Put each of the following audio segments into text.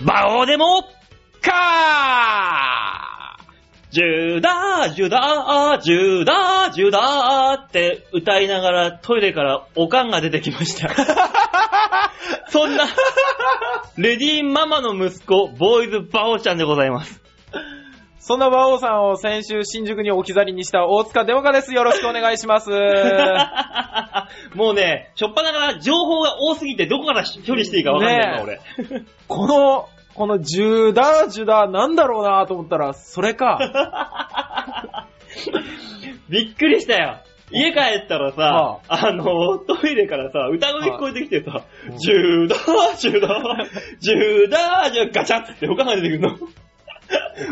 馬王でも、かージュダー、ジュダー、ジュダー、ジュダーって歌いながらトイレからおかんが出てきました。そんな、レディーママの息子、ボーイズバオちゃんでございます。 そんな馬王さんを先週新宿に置き去りにした大塚デモカです。よろしくお願いしま す。ねもうね、しょっぱなから情報が多すぎてどこから処理していいかわかんないな、ね俺。この、このジュダージュダーなんだろうなと思ったら、そ れか。びっくりしたよ。家帰ったらさは、あの、トイレからさ、歌声聞こえてきてさう、んジューダー、ジューダー、ジューダー、ジュー、ガチャッって他が出てくるの。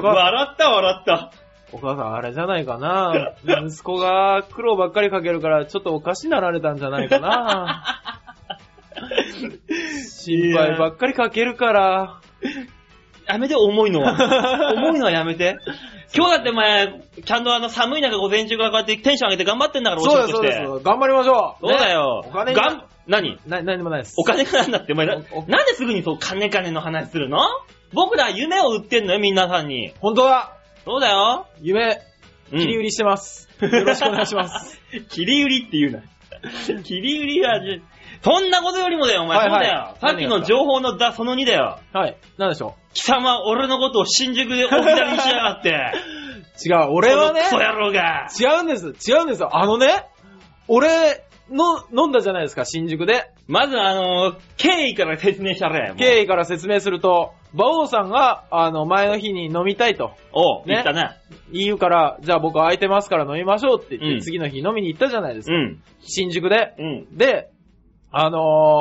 笑った、笑った。お母さんあれじゃないかな息子が苦労ばっかりかけるから、ちょっとおかしになられたんじゃないかな 心配ばっかりかけるから。やめて、重いの は。重いのはやめて。今日だってお前、ちゃんとあの寒い中午前中からこうやってテンション上げて頑張ってんだから、お仕そうです、事そしうて。です。頑張りましょう。そうだよ。ねお金がんが、何な、何でもないです。お金がなんだって、お前な、おおなんですぐにそう、金金の話するの僕ら夢を売ってんのよ、皆さんに。本当だそうだよ。夢、うん切り売りしてます。よろしくお願いし ます。切り売りって言うな。 切り売りはじ、そんなことよりもだよ、お前。はいはそういだよ。さっきの情報のだ、その2だよ。はい。なんでしょ貴様、俺のことを新宿でおきなりにしやがって。う違う、俺はね こ、のクソ野郎が。違うんです、違うんですよ。あのね、俺、の、飲んだじゃないですか、新宿で。まず、あのー、経緯から説明したれ。もう経緯から説明すると、馬王さんが、あの、前の日に飲みたいとおう、ね言ったな。言うから、じゃあ僕空いてますから飲みましょうって言って、うん次の日飲みに行ったじゃないですうか。ん。新宿で。うん。で、あ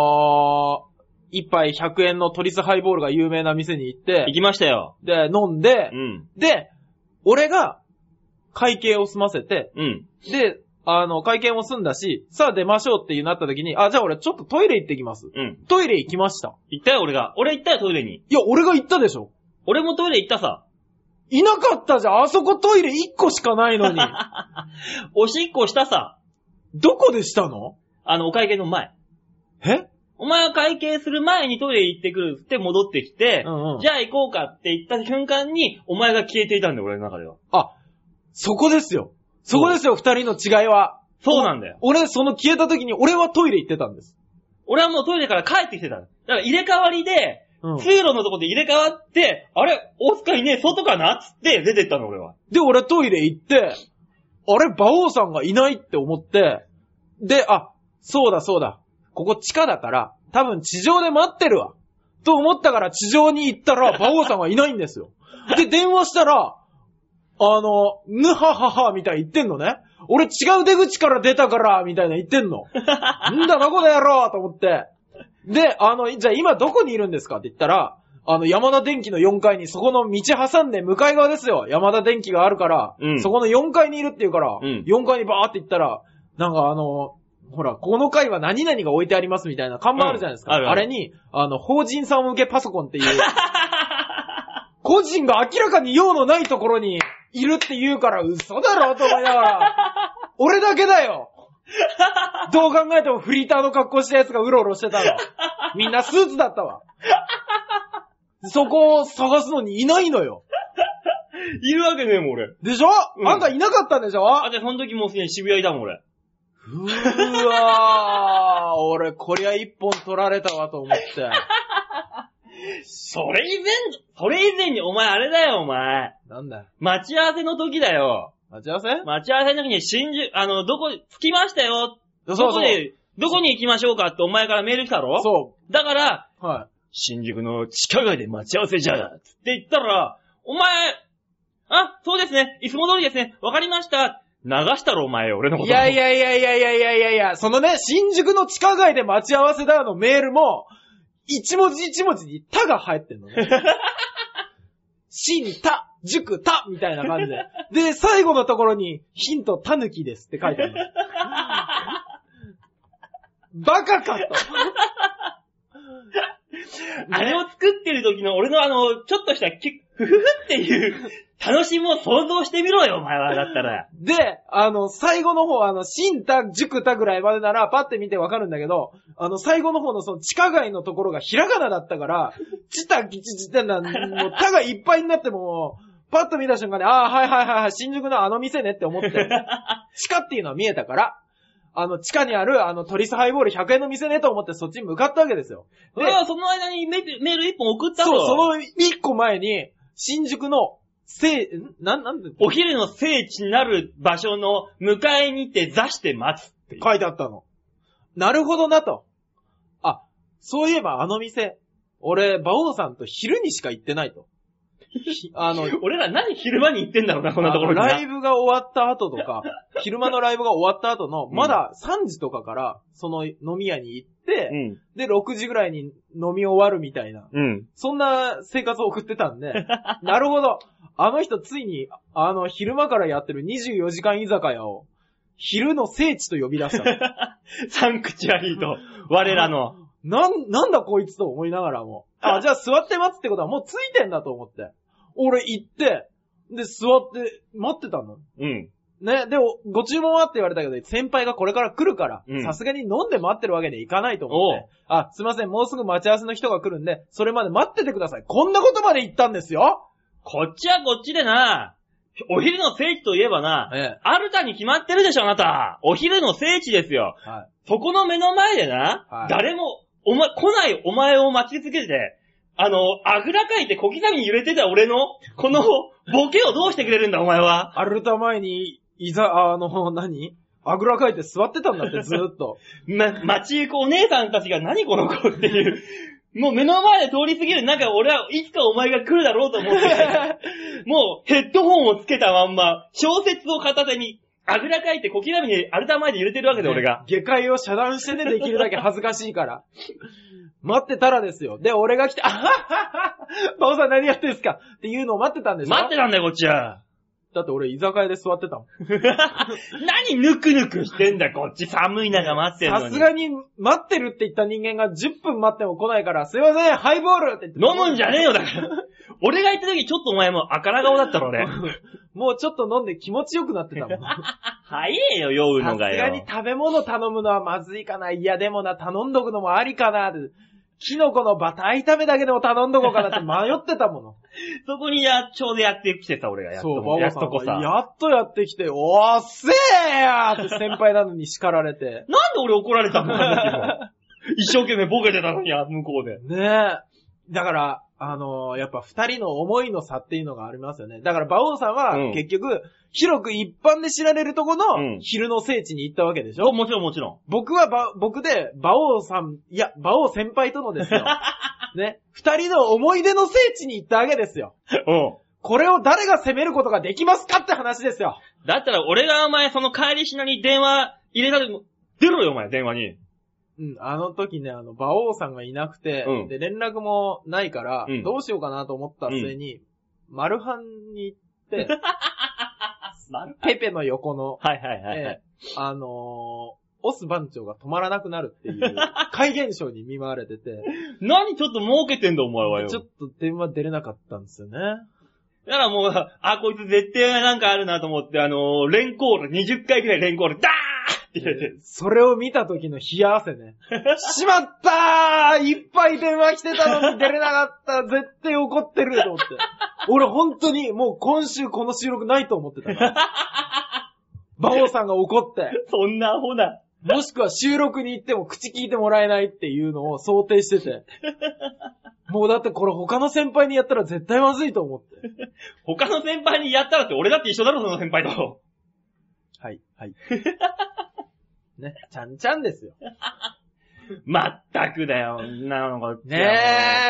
のー、一杯100円のトリスハイボールが有名な店に行って行、きましたよ。で、飲んでう、ん。で、俺が会計を済ませて、うん。で、あの、会計も済んだし、さあ出ましょうっていうなった時に、あ、じゃあ俺ちょっとトイレ行ってきます。うん。トイレ行きました。行ったよ、俺が。俺行ったよ、トイレに。いや、俺が行ったでしょ。俺もトイレ行ったさ。いなかったじゃん。あそこトイレ1個しかな いのに。おしっこしたさ。どこでしたのあの、お会計の前。えお前が会計する前にトイレ行ってくるって戻ってきて、うんうんじゃあ行こうかって言った瞬間に、お前が消えていたんだよ、俺の中では。あ、そこですよ。そこですよ、二人の違いは。そうなんだよ。お俺、その消えた時に俺はトイレ行ってたんです。俺はもうトイレから帰ってきてたの。だから入れ替わりで、うん通路のとこで入れ替わって、あれ、大塚いねえ、外かなっつって出てったの、俺は。で、俺トイレ行って、あれ、馬王さんがいないって思って、で、あ、そうだそうだ。ここ地下だから、多分地上で待ってるわ。と思ったから地上に行ったら、馬王さんがいないんですよ。で、電話したら、あの、ぬははは、みたいに言ってんのね。俺違う出口から出たから、みたいな言ってんの。んだな、この野郎と思って。で、あの、じゃあ今どこにいるんですかって言ったら、あの、山田電機の4階に、そこの道挟んで向かい側ですよ。山田電機があるから、うんそこの4階にいるって言うから、うん4階にバーって行ったら、なんかあの、ほら、この階は何々が置いてありますみたいな看板あるじゃないですか。うんあるあるれに、あの、法人さん向けパソコンっ ていう、個人が明らかに用のないところにいるって言うから嘘だろと思いな がら、俺だけだよどう考えてもフリーターの格好したやつがうろうろしてたの。みんなスーツだっ たわ。そこを探すのにいないのよ。いるわけねえもん、俺。でしょ、うんあんたいなかったんでしょあ、じゃあその時もうすでに渋谷いたもん、俺。うーわー、俺こりゃ一本取られたわと 思って。それ以前、それ以前に、お前あれだよ、お前。なんだよ。待ち合わせの時だよ。待ち合わせ待ち合わせの時に新宿、あの、どこ、着きましたよ。そどうそこう。で、どこに行きましょうかってお前からメール来たろそだから、う。は新宿の地下街で待ち合わせじゃが、つって言ったら、お前、あ、そうですね、いつも通りですね、わかりました。流したろ、お前、俺のこい。と。いやいやいやいやいやいやいやいや、そのね、新宿の地下街で待ち合わせだのメールも、一文字一文字にたが入ってん のね。新た、塾た、みたいな感じで。で、最後のところに、ヒントたぬきですって書いてある の。バカかと。あれを作ってる時の俺のあの、ちょっとしたキュッ、ふふふって いう、楽しみを想像してみろよ、お前は。だったら。で、あの、最後の方、あの、新田、塾田ぐらいまでなら、パって見てわかるんだけど、あの、最後の方のその地下街のところがひらがなだったから、 チタキチチタな、もう、タがいっぱいになっても、パッと見た瞬間に、ああ、はいはいはいはい、新宿のあの店ねって思って、地下っていうのは見えたから、あの、地下にある、あの、トリスハイボール100円の店ねと思ってそっちに向かったわけですよ。 で俺はその間にメメール一本送ったそう、ろ。その一個前に、新宿の、せい、んなん、なんてお昼の聖地になる場所の迎えに行って座して待つっていう。書いてあったの。なるほどなと。あ、そういえばあの店、俺、馬王さんと昼にしか行ってないと。 ひあの、俺ら何昼間に行ってんだろうな、こんなところあにのな。ライブが終わった後とか、昼間のライブが終わった後の、まだ3時とかから、その飲み屋に行って、うん。で、6時ぐらいに飲み終わるみたいな、うん。そんな生活を送ってたん で、なるほど。あの人ついに、あの、昼間からやってる24時間居酒屋を、昼の聖地と呼び出したの。 サンクチュアリーと、我らの。なん、なんだこいつと思いながらも。 あ、じゃあ座って待つってことはもうついてんだと思って。俺行って、で、座って待ってたの。うん。ね、で、おご注文はって言われたけど、先輩がこれから来るからう、んさすがに飲んで待ってるわけにはいかないと思って。あ、すいません、もうすぐ待ち合わせの人が来るんで、それまで待っててください。こんなことまで言ったんですよこっちはこっちでな、お昼の聖地といえばな、えあるたに決まってるでしょ、あなた。お昼の聖地ですよ。え。はい。そこの目の前でな、はい誰も、おま、来ないお前を待ち続けて、あの、あぐらかいて小刻みに揺れてた俺の、この、ボケをどうしてくれるんだ、お前は。アルタ前に、いざ、あの、何あぐらかいて座ってたんだって、ずーっと。ま、街行くお姉さんたちが何この子って いう。もう目の前で通り過ぎる中、俺はいつかお前が来るだろうと思 って、もうヘッドホンをつけたまんま、小説を片手に、あぐらかいて小刻みにアルタ前で揺れてるわけで、俺が。下界を遮断 してね、できるだけ恥ずかしいから。待ってたらですよ。で、俺が来て、あははは馬王さん何やってんすかっていうのを待ってたんでしょ待ってたんだよ、こっち は。だって俺居酒屋で座ってたもん。何ぬくぬくしてんだ、こっち。寒い中待ってんのさにす。がに待ってるって言った人間が10分待っても来ないから、すいません、ハイボールって言って。飲むんじゃねえよ、だか ら。俺が行った時、ちょっとお前もう赤ら顔だったろ、俺。もうちょっと飲んで気持ちよくなってた もん。早えよ、酔うさのすがよ。がに食べ物頼むのはまずいかな。いやでもな、頼んどくのもありかな。ってキノコのバター炒めだけでも頼んどこうかなって迷ってたもの。そこにや、ちょうどやってきてさ、俺がやっと。そう、バやオっさとこんさ。がなん。やっとやってきて、おーっせーやーって先輩なのに叱られてで俺怒られたん だ一生懸命ボケてたのに、あ向こうで。ねえ。だから、あのーやっぱ二人の思いの差っていうのがありますよね。だから、馬王さんうはん結局、広く一般で知られるとこうのん昼の聖地に行ったわけでしょ、おもちろんもちろ僕はば、僕で、馬王さん、いや、馬王先輩と のですよ。ね。二人の思い出の聖地に行ったわけですよ。ん。うん。これを誰が責めることができますかって話ですよ。だったら俺がお前、その帰りしなに電話入れた時も、出ろよ、お前、電話に。うん、あの時ね、あの、馬王さんがいなくて、うんで、連絡もないから、うんどうしようかなと思った末に、マルハンに行 って、ペペの横の、はいはいはいはい。ええあのー、オス番長が止まらなくなるっていう、怪現象に見舞われてて、何ちょっと儲けてん だ、お前はよ。ちょっと電話出れなかったんですよね。だからもう、あ、こいつ絶対なんかあるなと思って、あのー、レンコール、20回くらいレンコール、ダーって入れて。それを見た時の冷や汗ね。 しまったーいっぱい電話来てたのに出れなかった絶対怒ってると思って。俺本当にもう今週この収録ないと思ってたから。 馬王さんが怒って、そんなアホな。もしくは収録に行っても口聞いてもらえないっていうのを想定してて。もうだってこれ他の先輩にやったら絶対まずいと思って。他の先輩にやったらって俺だって一緒だろ、その先輩 と。はい、はい。 ね、ちゃんちゃんですよ。まったくだよ、なのが。ね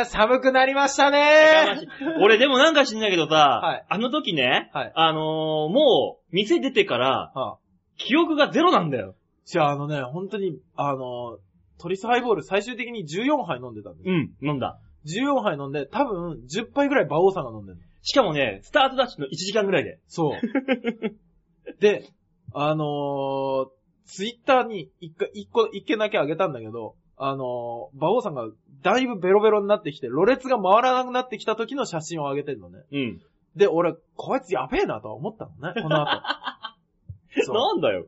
え、寒くなりましたやましねい 俺でもなんか知んないけどさ、はいあの時ね、はいあのーもう、店出てから、はあ記憶がゼロなんだよ。じゃあ、あのね、本当に、あの、トリスハイボール最終的に14杯飲んでたんでうん、飲んだ。す。14杯飲んで、多分10杯ぐらい馬王さんが飲んでるの。しかもね、スタートダッシュの1時間ぐらいで。そう。 で、あのー、ツイッターに一回、一個、一件だけあげたんだけど、あの、馬王さんがだいぶベロベロになってきて、ろれつが回らなくなってきた時の写真を上げてるのね。うん。で、俺、こいつやべえなとは思ったのね、この 後。そ うなんだよ。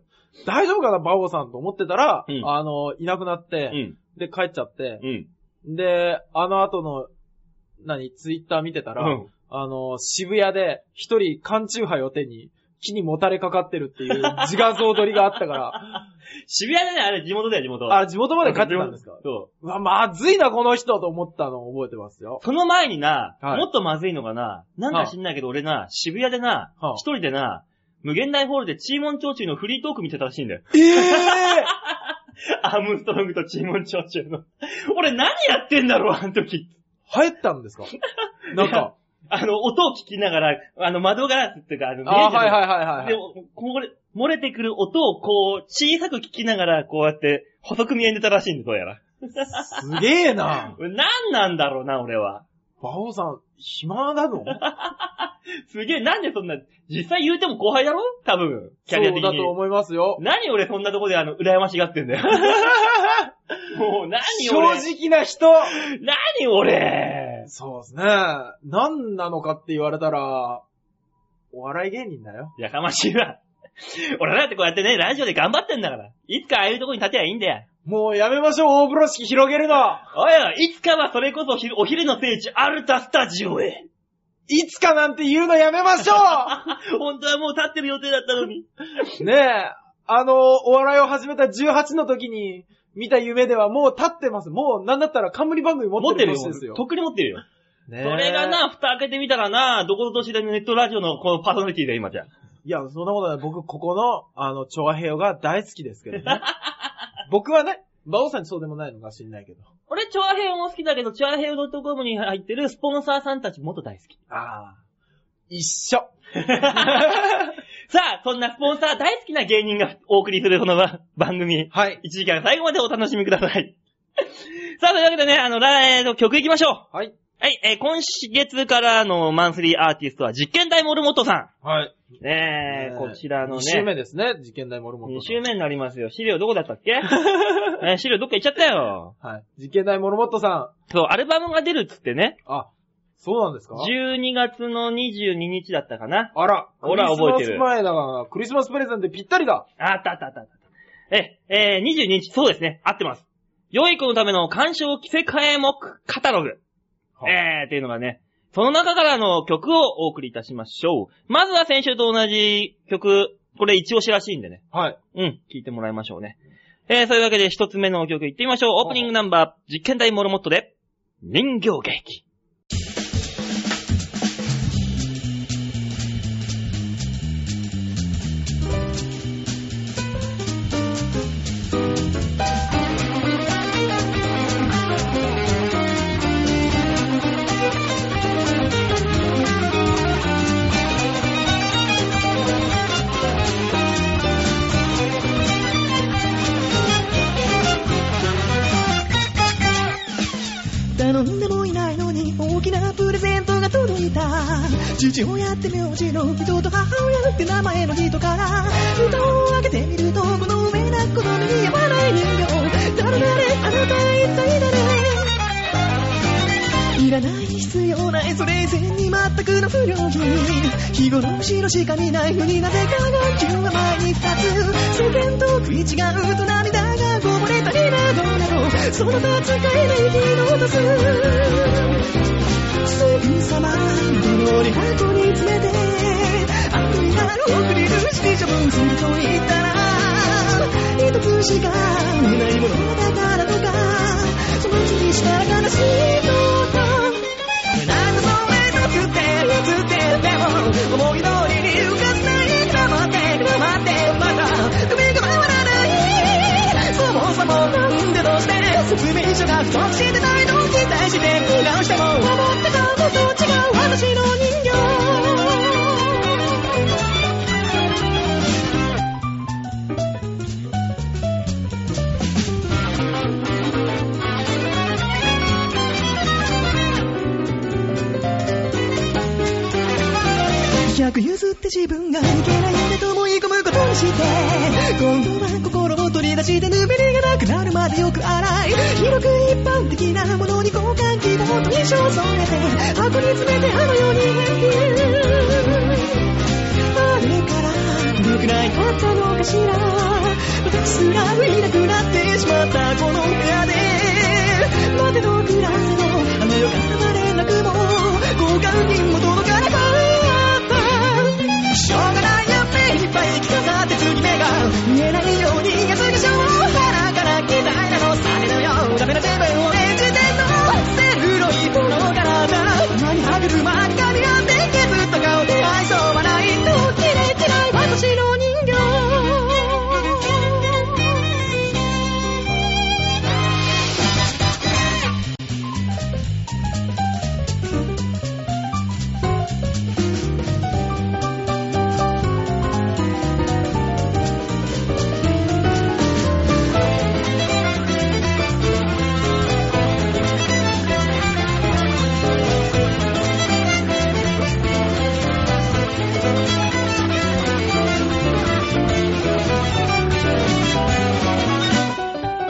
大丈夫かな、馬王さんと思ってたら、うんあの、いなくなっうて、ん。で、帰っちゃって、うん。で、あの後の、何、ツイッター見てたら、うんあの、渋谷で一人缶中杯を手に、木にもたれかかってるっていう自画像撮りがあった か渋谷でね、あれ地元だよ、地元。ら、あ、地元まで帰ってたんですかそうわ、まずいな、この人と思ったのを覚えてますよう。。その前にな、はいもっとまずいのがな、なんか知んないけど俺な、渋谷でな、はあ一人でな、無限大ホールでチーモンチョウチューのフリートーク見てたらしいんだよ。ええ アームストロングとチーモンチョウチューの。 俺何やってんだろう、あの時。ー、流行ったんですかなんか、あの、音を聞きながら、あの、窓ガラスっていうか、あの、あー、 見えてはいるはいはいはいで、。これ、漏れてくる音をこう、小さく聞きながら、こうやって、細く見えてたらしいんで、どうやら。すげえな。なんなんだろうな、俺は。馬王さん、暇なのすげえ、なんでそんな、実際言うても後輩だろ多分、キャリアそう的だとに。思いますよ。何俺そんなとこであの、羨ましがってん だよ。もう何正俺、直な人何俺、そうですね。何なのかって言われたら、お笑い芸人だよ。やかましいわ。俺だってこうやってね、ラジオで頑張ってんだから。いつかああいうとこに立てばいいんだよ。もうやめましょう、大風呂敷広げるのおいおい、いつかはそれこそひお昼の聖地、アルタスタジオ へ。いつかなんて言うのやめましょ本当はもう立ってる予定だったのに。 うねえ、あの、お笑いを始めた18の時に、見た夢ではもう立ってます。もうなんだったら冠番組持持っっててるるよ年です。よ。とっくに持ってるよ。ねえそれが。な、蓋開けてみたらな、どこの年でネットラジオのこのパーソナリティで今じゃん。いや、そんなことない。僕、ここの、あの、調和平和が大好きですけど ね。僕はね、馬王さんにそうでもないのか知んないけど。俺、チョアヘオも好きだけど、チョアヘオ .com に入ってるスポンサーさんたちもっと大好 き。ああ。一緒。さあ、そんなスポンサー大好きな芸人がお送りするこの番 番組。はい。 1時間最後までお楽しみください。さあ、というわけでね、あの、来の曲行きましょう。はい。はい、えー今月からのマンスリーアーティストは実験台モルモットさはい。ん。ねえ、こちらのね。 2週目ですね。事件大モルモット2の。週目になりますよ。資料どこだったっけ、えー資料どっか行っちゃったよ。はい。事件大モルモットさそう、アルバムが出るっつってね、ん。あ、そうなんですか12月の22日だったかな。あら。ほら覚えてるクリスマス前だから、クリスマスプレゼントぴったりだ。ああったあったあったあった。え、えー22日、そうですね、合ってます。良い子のための鑑賞着せ替え目カタログ。えー、っていうのがね、その中からの曲をお送りいたしましょう。まずは先週と同じ曲、これ一押しらしいんでね。はい。うん、聞いてもらいましょうね。えー、そういうわけで一つ目の曲いってみましょう。オープニングナンバー、実験台モルモットで、人形劇。頼んでもいないのに大きなプレゼントが届いた父親って名字の人と母親って名前の人から蓋を開けてみるとこの上な好みに合わない人形誰誰あなたは一体誰いらない必要ないそれ以前に全くの不良品日頃後ろしか見ないのになぜか眼球は前に2つ世間と食い違うと涙がこぼれたりなどなどその立ち返り息の落とすすぐさま、料理箱に詰めて、あとになる送り主に処分すると言ったら、一つしか売れないものだからとか、その次した悲しいこと。なんかそれとつって、つって、でも、思い通りに浮かせない、くらまって、くらまって、また、首が回らない。そもそもなんでどうして、説明書が不足してないのに対して、苦顔しても、思ってたのと違う私の人形。100譲って自分がいけないんだと思い込むことにして今度は心を取り出出しでぬめりがなくなるまでよく洗い広く一般的なものに交換希望と印象を添えて箱に詰めてあの世に返品あれから良くないかったのかしら私すらいなくなってしまったこの部屋で待てど暮らせのあの良かった連絡も交換品も届かなかったしょうがないよ目いっぱい着飾って次目が見えないように安がしょう腹から期待なのされるよダメな自分 を演じてんのセルロイこの体何はぐる間に髪ができずっと顔で愛想はないと切れてない私の人形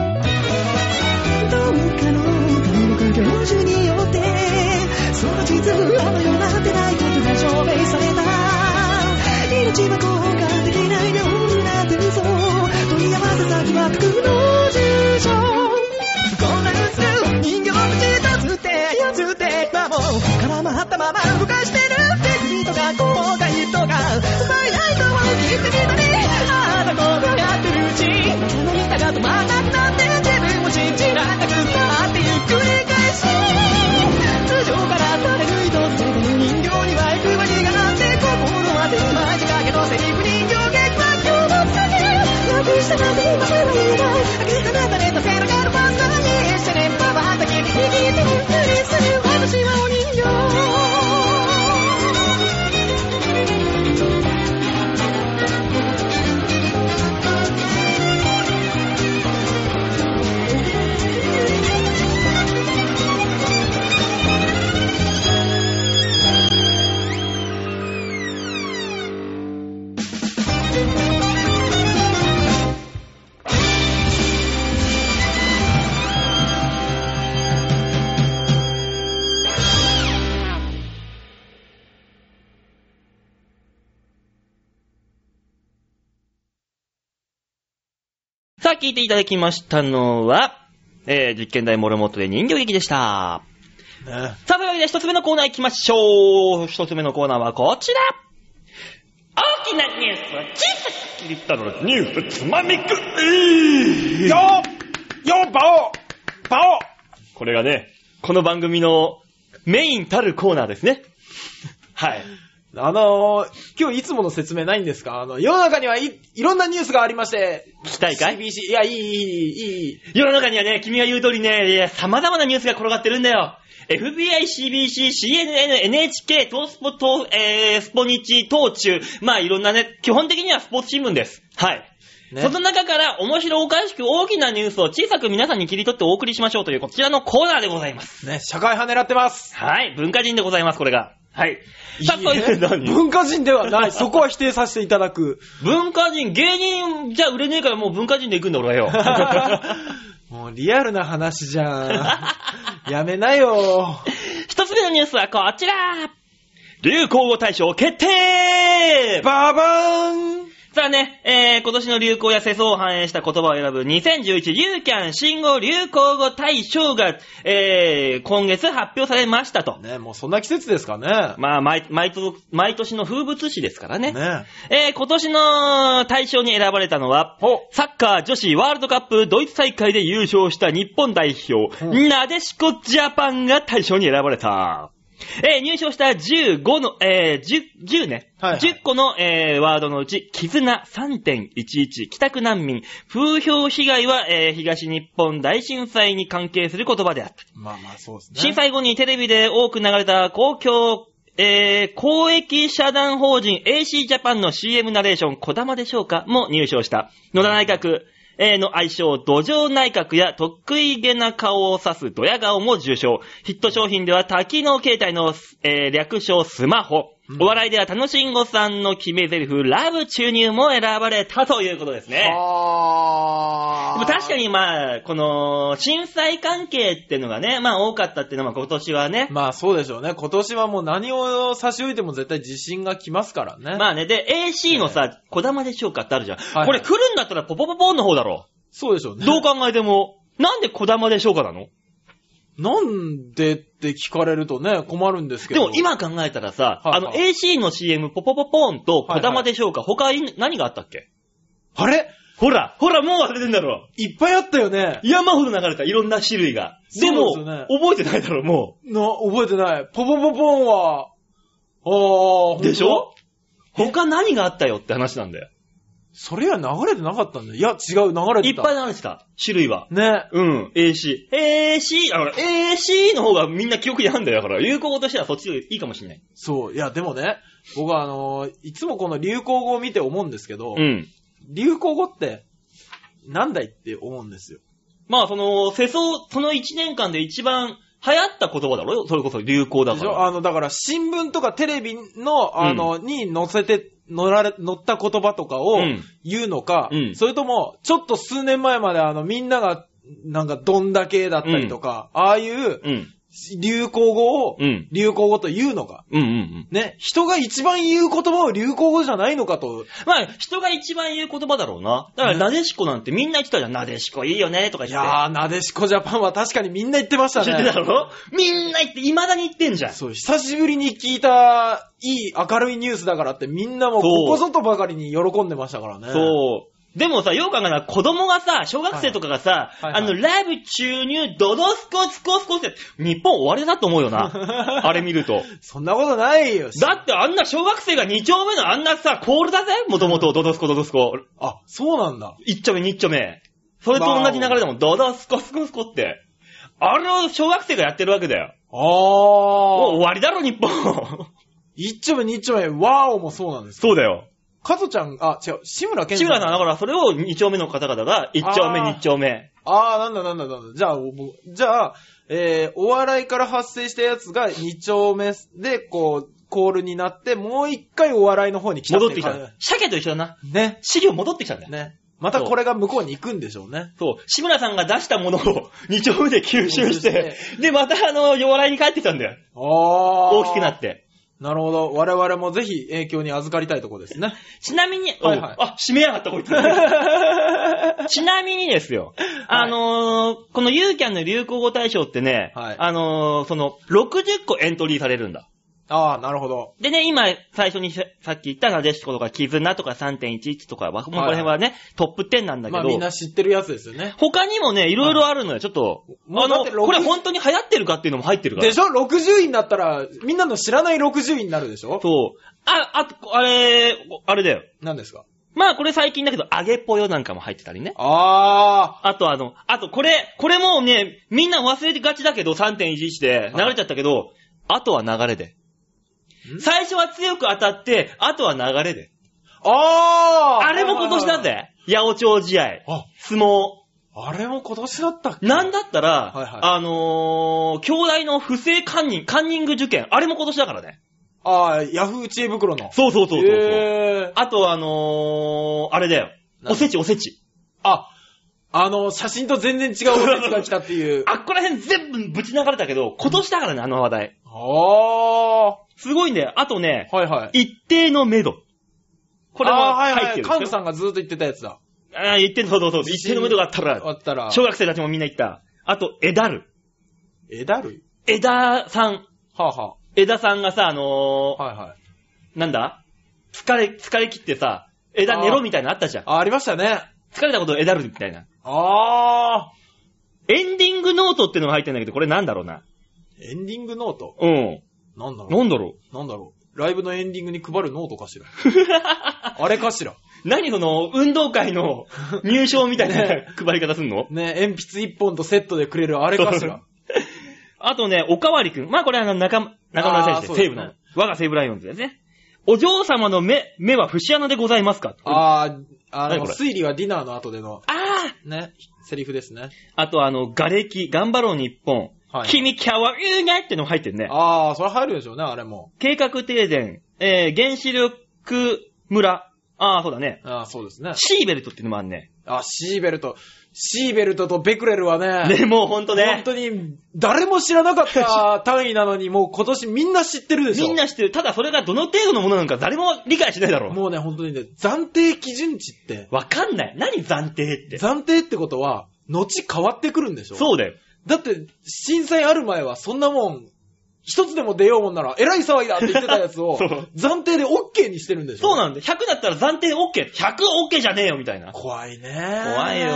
どうかの単独教授によってその実あのようなってないことが証明された命は効果できないような転送問い合わせ先は服の住所混乱する人形口一つって操って今も絡まったまま動かしてるって人が後悔とかバイライトを切ってみたりああだこうだやってるうちその板が止まらなくなって自分を信じられなくなってゆっくり返し通常から誰抜いとする人形には行く場にがなって心は手間仕掛けのセリフ人形劇は今日もつけなくしたなんて今まで以外明け放たれた背中のパンダに一緒にまばたきに握ってゆっくりする私はお人形さあ、聞いていただきましたのは、えー、実験台モルモットで人形劇でした。ねさあ、というわけで一つ目のコーナー行きましょう。一つ目のコーナーはこちら大きなニュースは小さく切ったのニュースつまみ食いよよバオバこれがね、この番組のメインたるコーナーです ね。はい。オあのー、今日いつもの説明ないんですかあの、世の中にはい、いろんなニュースがありまして、聞きたいかい CBC、いや、いい、いい、いい、いい。世の中にはね、君が言う通りね、いや様々なニュースが転がってるんだよ。FBI、CBC、CNN、NHK、トースポ、トーえー、スポニチ、東中、まあいろんなね、基本的にはスポーツ新聞です。はい。ねその中から面白おかしく大きなニュースを小さく皆さんに切り取ってお送りしましょうというこちらのコーナーでございます。ね、社会派狙ってます。はい、文化人でございます、これが。はい。さあ、いいというね何文化人ではない。そこは否定させていただく。 文化人、芸人じゃ売れねえからもう文化人で行くんだ俺 はよ。もうリアルな話じゃん。やめなよ。一つ目のニュースはこちら流行語大賞決定ババーンさあね、えー、今年の流行や世相を反映した言葉を選ぶ2011ユーキャン新語流行語大賞が、えー、今月発表されましたと。ね、もうそんな季節ですかね。まあ、毎、毎年毎年の風物詩ですからね。ね。えー、今年の大賞に選ばれたのは、ほサッカー女子ワールドカップドイツ大会で優勝した日本代表、うんなでしこジャパンが大賞に選ばれた。えー入賞した15の、えー、10、10ね。はいはい10個の、えーワードのうち、絆3.11、帰宅難民、風評被害は、えー東日本大震災に関係する言葉であった。まあまあそうですね。震災後にテレビで多く流れた公共、えー、公益社団法人 AC ジャパンの CM ナレーション、小玉でしょうかも入賞した。野田内閣、えーの愛称、土壌内閣や、得意げな顔を指すドヤ顔も受賞。ヒット商品では、多機能携帯の、えー略称スマホ。うんお笑いでは楽しんごさんの決め台詞、ラブ注入も選ばれたということですね。あでも確か。にまあ、この、震災関係っていうのがね、まあ多かったっていうのは今年はね。まあそうでしょうね。今年はもう何を差し置いても絶対自信が来ますからね。まあね、で、AC のさ、小玉でしょうかってあるじゃん。はいこれ来るんだったらポポポポンの方だろ。そうでしょうね。どう考えて も、なんで小玉でしょうかなのなんでって聞かれるとね、困るんですけでど。も今考えたらさ、はいはいあの AC の CM ポポポポンと小玉でしょうか、他に何があったっけあれほら、ほら、もう忘れてんだろ。いっぱいあったよね。山ほど流れた、いろんな種類が。でも、そうですよね覚えてないだろ、もな、覚えてない。ポポポポンは、あーう。、でしょ他何があったよって話なんだよ。それは流れてなかったんだよ。いや、違う、流れいて。ったぱいい。なんですか種類は。ね。うん、AC。AC! あ、AC の方がみんな記憶にあるんだよ。だから、流行語としてはそっちでいいかもしれない。そう。いや、でもね、僕はあのーいつもこの流行語を見て思うんですけど、うん。流行語って、なんだいって思うんですよ。まあ、その、世相、その1年間で一番流行った言葉だろそれこそ流行だでかしら。ょあの、だから、新聞とかテレビの、あの、に載せて、載られ、載った言葉とかをうん言うのか、うんそれとも、ちょっと数年前まであの、みんなが、なんか、どんだけだったりとか、ああいううん。流行語を、うん流行語と言うのか。うんうんうん。ね、人が一番言う言葉を流行語じゃないのかと、まあ、人が一番言う言葉だろうな。だから、なでしこなんてみんな言ってたじゃん。なでしこいいよね、とかい言って。やー、なでしこジャパンは確かにみんな言ってました知ってたね。ろみんな言って、未だに言ってんじゃん。そう、久しぶりに聞いた、いい明るいニュースだからってみんなもうここぞとばかりに喜んでましたからね。そう。でもさ、よう考えたら子供がさ、小学生とかがさ、はいはいあの、ライブ注入、ドドスコスコスコって、日本終わりだと思うよ な。あれ見ると。そんなことないよ。だってあんな小学生が2丁目のあんなさ、コールだぜもともと、ドドスコドドスコ。あ、そうなんだ。 1丁目、2丁目。それと同じ流れだもん。ドドスコスコスコって。あれを小学生がやってるわけだよ。もうあー。終わりだろ、日本。一丁目、二丁目、ワーオも そうなんです。そうだよ。かとちゃん、あ、違う、志村けん志村さん、だからそれを2丁目の方々が、1丁目、あー2丁目。あー、なんだなんだなんだ。じゃあ、僕じゃあ、えー、お笑いから発生したやつが二丁目で、こう、コールになって、もう一回お笑いの方に来た戻ってきたいう感。鮭と一緒だな。じね。資料戻ってきたんだよ。ね。またこれが向こうに行くんでしょうね。そう、志村さんが出したものを2丁目で吸収して吸収、で、またあの、弱笑いに帰ってきたんだよ。ああ。大きくなって。なるほど。我々もぜひ影響に預かりたいとこですね。ちなみに、はいはいおあ、閉めやが った、こいつ。ちなみにですよ、あのーこのユーキャンの流行語大賞ってね、はいあのーその、60個エントリーされるんだ。ああ、なるほど。でね、今、最初にささっき言ったなでしことか、絆とか3.11とかは、もうこの辺はね、トップ10なんだけまあど、みんな知ってるやつですよね。他にもね、いろいろあるのよ、ちょっと。もうあだっの、て60これ本当に流行ってるかっていうのも入ってるから。でしょ ?60 位になったら、みんなの知らない60位になるでしょそう。あ、あと、あれ、あれだよ。何ですかまあこれ最近だけど、揚げぽよなんかも入ってたりね。ああとあの、あとこれ、これもうね、みんな忘れてがちだけど、3.11で流れちゃったけど、あとは流れで。ん最初は強く当たって、あとは流れで。あ。あああれも今年だ。ぜ。八百長試合。あ、相撲。あれも今年だったっけなんだったら、はいはいあのー、兄弟の不正カンニング、カンニング受験。あれも今年だからね。ああ、ヤフー知恵袋の。そうそうそうそうそう。へーあとあのー、あれだよ。何おせちおせち。あ、あの、写真と全然違うおやつが来たっていう。あっこら辺全部ぶち流れたけど、今年だからね、あの話題。ああ。はすごいんだよ。あとね、いはい。一定の目処。これもあーはい入っはてい。るカんンでブすよ。さんがずっと言ってたやつだ。ああ、言ってんそうそうそう。地一震定の目処があったあら、ったら、小学生たちもみんな言った。あと、枝る。枝類枝さん。はあ、は枝さんがさ、あのあ、はいはい。ー、なんだ疲れ、疲れ切ってさ、枝寝ろみたいなのあったじゃん。あ、ありましたね。疲れたことを枝るみたいな。あエンディングノートってのが入ってんだけど、これなんだろうな。ー。エンディングノートうん。なんだろうなんだろなんだろう。ライブのエンディングに配るノートか しら。あれかしら。う。何その、運動会の入賞みたい な配り方すんのね、鉛筆一本とセットでくれるあれかしら。 あとね、おかわりくん。まあこれあの中、中村選手あーそでうす、ですね西武の。我が西武ライオンズですね。お嬢様の目、目は節穴でございますかああー、あ何の、これ推理はディナーの後での、あーね、セリフですね。あとあの、瓦礫、頑張ろう日本。はい君キャワいいねってのも入ってるね。あー、それ入るでしょうね、あれも。計画停電、えー、原子力村。ああ、そうだね。ああ、そうですね。シーベルトっていうのもあんね。あ、シーベルト。シーベルトとベクレルはね、ね、もうほんと本ね。当に誰も知らな かった単位なのに、もう今年みんな知ってるでしょ。みんな知ってる。ただそれがどの程度のものなのか誰も理解しないだろう。もうね、本当にね、暫定基準値って、わかんない。何暫定って。暫定ってことは、後変わってくるんでしょそうだよ。だって、震災ある前はそんなもん、一つでも出ようもんなら、えらい騒ぎだって言ってたやつを そう、暫定で OK にしてるんでしょそうなんだよ。100だったら暫定 OK。100 OK じゃねえよ、みたいな。怖いね怖いよ。。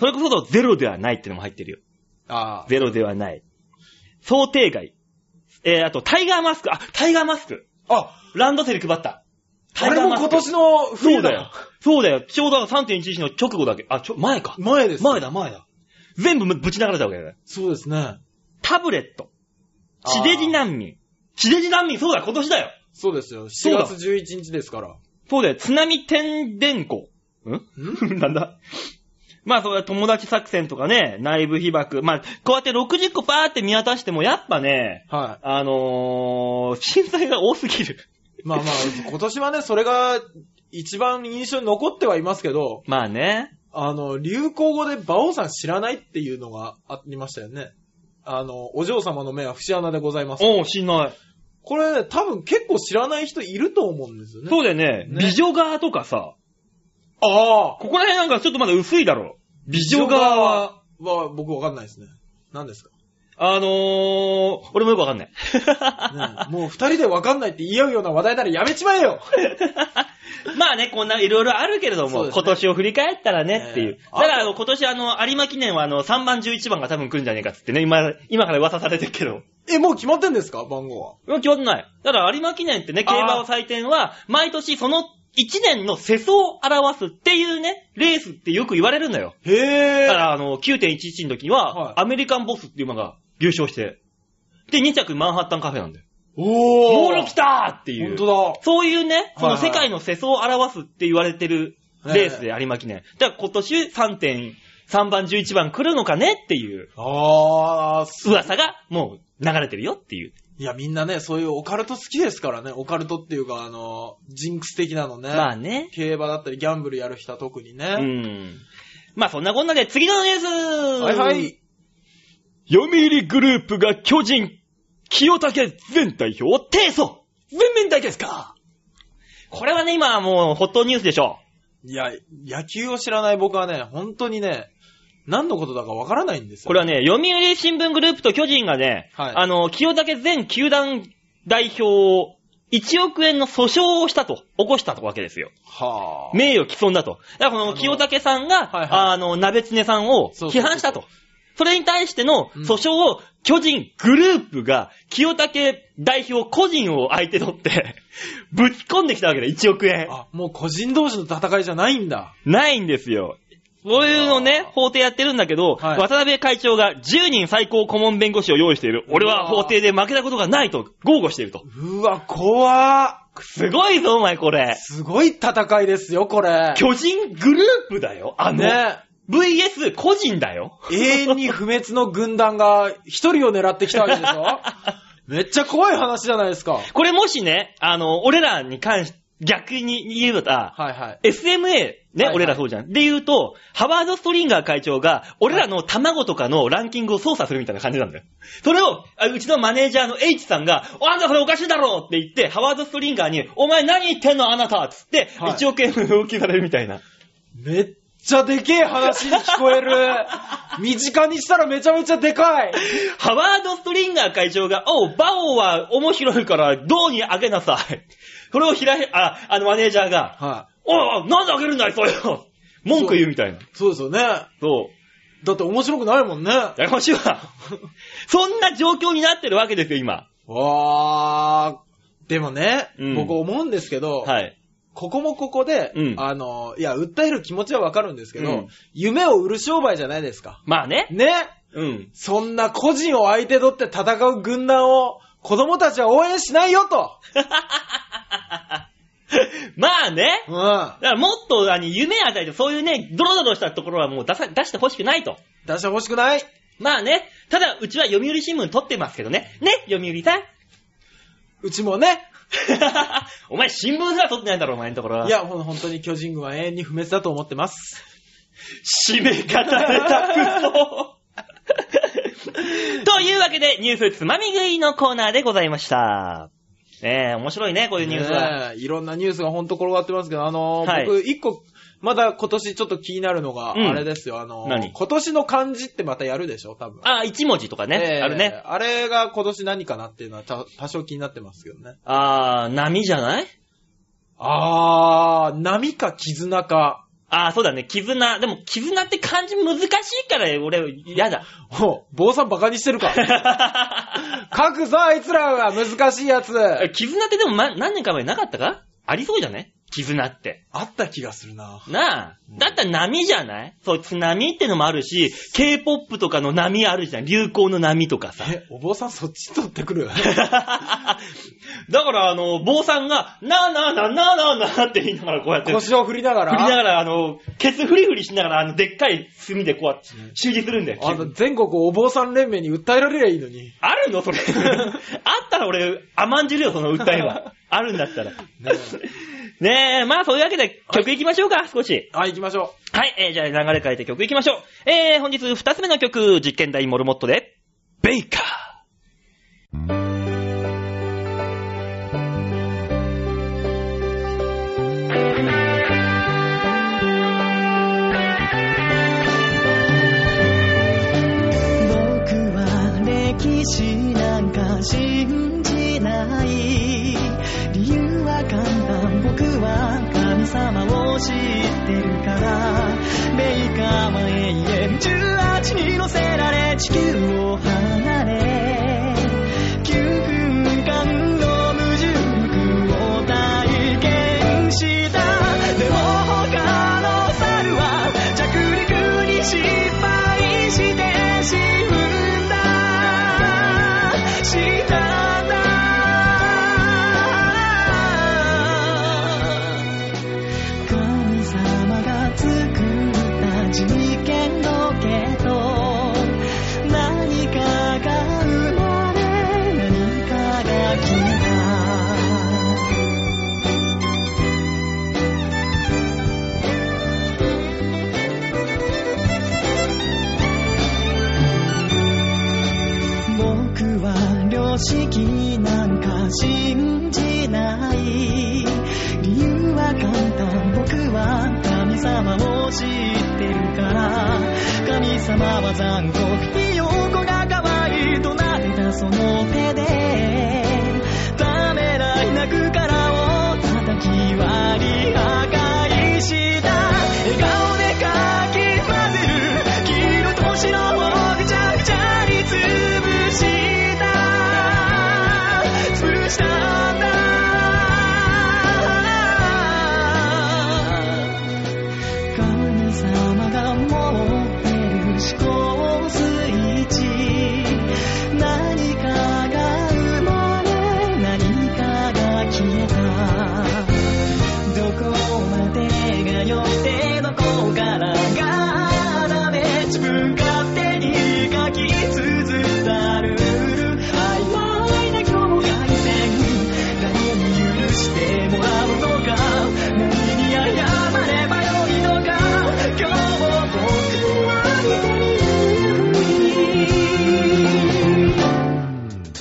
それこそゼロではないってのも入ってるよ。ああ。ゼロではない。想定外。えー、あと、タイガーマスク。あ、タイガーマスク。あ、ランドセル配った。あれも今年ののそ冬うだよ。。そうだよ。ちょうど3.11の直後だけ。あ、ちょ、前か。前です。前だ、前だ。全部ぶち流れたわけだよね。そうですね。タブレット。地デジ難民。地デジ難民、そうだ、今年だよ。そうですよ。そう4だ月11日ですから。そうだよ。津波転伝校。ん なんだまあ、それは友達作戦とかね、内部被爆。まあ、こうやって60個パーって見渡しても、やっぱね、はあのー、震災が多すぎる。 い。まあまあ、今年はね、それが一番印象に残ってはいますけど、まあね。あの、流行語で馬王さん知らないっていうのがありましたよね。あの、お嬢様の目は節穴でございます。おう、しんない。これね、多分結構知らない人いると思うんですよね。そうだよね。ね美女側とかさ、ああここら辺なんかちょっとまだ薄いだろう。美美女側は、は僕わかんないですね。何ですか、あのー、俺もよくわかん ない。ねもう二人でわかんないって言い合うような話題ならやめちまえよ まあね、こんないろいろあるけれどそうも、ですね今年を振り返ったらねっていうえ。えだからあの今年あの、有馬記念はあの、3番11番が多分来るんじゃねえかっつってね、今、今から噂されてるけど。え、もう決まってんですか番号は。いや、決まってない。だから有馬記念ってね、あー競馬の祭典は、毎年その1年の世相を表すっていうね、レースってよく言われるんだよ。へだえか。らあの、9.11の時はいは、アメリカンボスっていう馬が優勝して、で、2着マンハッタンカフェなんだよ。おモー。ール来たーっていう。本当だ。そういうね、そのはいはい世界の世相を表すって言われてるレースで有馬記念。だから今年3.3番11番来るのかねっていうああ、す噂がもう流れてるよっていう。いや、みんなね、そういうオカルト好きですからね。オカルトっていうか、あの、ジンクス的なのね。まあね。競馬だったり、ギャンブルやる人は特にね。うん。まあそんなこんなで次のニュースはいはい。。読売グループが巨人、清武全代表を提訴全面対決かこれはね、今もうホットニュースでしょ。いや、野球を知らない僕はね、本当にね、何のことだかわからないんですよ。これはね、読売新聞グループと巨人がね、はいあの、清武全球団代表を1億円の訴訟をしたと、起こしたわけですよ。はあ。名誉毀損だと。だからこの清武さんが、はいはいあの、鍋常さんをそうそうそうそう批判したと。それに対してのうん訴訟を巨人グループが清武代表個人を相手取って、ぶち込んできたわけで1億円。あ、もう個人同士の戦いじゃないんだ。ないんですよ。そういうのねあー、法廷やってるんだけど、はい渡辺会長が10人最高顧問弁護士を用意している。うわー俺は法廷で負けたことがないと豪語していると。うわ、怖っすごいぞ、お前これ。すごい戦いですよ、これ。巨人グループだよ。あの、ね。 VS 個人だよ。永遠に不滅の軍団が一人を狙ってきたわけで しょめっちゃ怖い話じゃないですか。はいこれもしね、あの、俺らに関し、逆に言うと、あはい。 SMA、ね、はいはい俺らそうじゃん。で言うと、ハワード・ストリンガー会長が、俺らの卵とかのランキングを操作するみたいな感じなんだよ。それを、あうちのマネージャーの H さんが、おあんたそれおかしいだろうって言って、ハワード・ストリンガーに、お前何言ってんのあなたっつって、はい1億円分要求されるみたいな。めっちゃでけえ話に聞こえる。 身近にしたらめちゃめちゃでかい。ハワード・ストリンガー会長が、おう、バオは面白いから、銅にあげなさい。それをひらへ、あ、あのマネージャーが、はおう、なんであげるんだい、それを。文句言うみたいな。い。そうですよね。そう。だって面白くないもんね。やかましいわ。そんな状況になってるわけですよ、今。わー。でもね、うん僕思うんですけど、はい。ここもここで、うんあの、いや、訴える気持ちはわかるんですけど、うん夢を売る商売じゃないですか。まあね。ねうん。 そんな個人を相手取って戦う軍団を子供たちは応援しないよと。まあね。うん。出だからもっと、あの、夢与えて、そういうね、ドロドロしたところはもう出さ、出してほしくないと。してほしくない。まあね。ただ、うちは読売新聞撮ってますけどね。ね、読売さん。うちもね、 お前新聞すら取ってないんだろ、お前のところは。い、や、ほん本当に巨人軍は永遠に不滅だと思ってます。締め方でたくそ というわけで、ニュースつまみ食いのコーナーでございました。えー、面白いね、こういうニュースは。ねえいろんなニュースがほんと転がってますけど、あのーはい僕、一個、まだ今年ちょっと気になるのが、うんあれですよ、あのー何今年の漢字ってまたやるでしょ、多分。あ、一文字とかね、ええあるね。あれが今年何かなっていうのはた多少気になってますけどね。あー、波じゃないあー、波か絆か。あー、そうだね、絆。でも、絆って漢字難しいから、俺、嫌だ。 お坊さんバカにしてるか。書くぞ、あいつらが難しいやつ。絆ってでも、ま、何年か前なかったかありそうじゃない絆って。あった気がするな。なあ。だったら波じゃないそう、津波ってのもあるし、K-POP とかの波あるじゃん。流行の波とか さ。え、お坊さんそっち取って くるだから、あの、坊さんが、なあなあなあなあなあなあって言いながらこうやって、振腰を振りながら。りながら、あの、ケツフリフリしながら、あの、でっかい炭でこうやって、修理するんだよ。あの、全国お坊さん連盟に訴えられりゃいいのに。あるの それ。あったら俺、甘んじるよ、その訴え は。あるんだったら。ねえ、まあそういうわけで曲いきましょうか、少し。はい、行きましょはい、えー、じゃあ流れ変えて曲いきましょう。えー、本日二つ目の曲、実験台モルモットで、ベイカー。僕は歴史なんか信じない理由は簡単僕は神様を知ってるからメーカーは永遠18に乗せられ地球を離れ9分間の無重力を体験したでも他の猿は着陸に失敗して死んだしたんだ神様が作った実験ロケット何かが生まれ何かが消えた僕は良識なんか信じない理由は簡単僕は神様を知ってるから神様は残酷ひよこが代わりとなれたその手でためらいなく殻を叩き割り破壊した笑顔でかき混ぜる黄色と白をぐちゃぐちゃに潰した潰したんだ神様が持ってる思考スイッチ何かが生まれ何かが消えたどこまでが良くてどこからがダメ自分勝手に書き綴ったルール曖昧な境界線誰に許してもらうのか何に謝ればよいのか今日も僕は見ている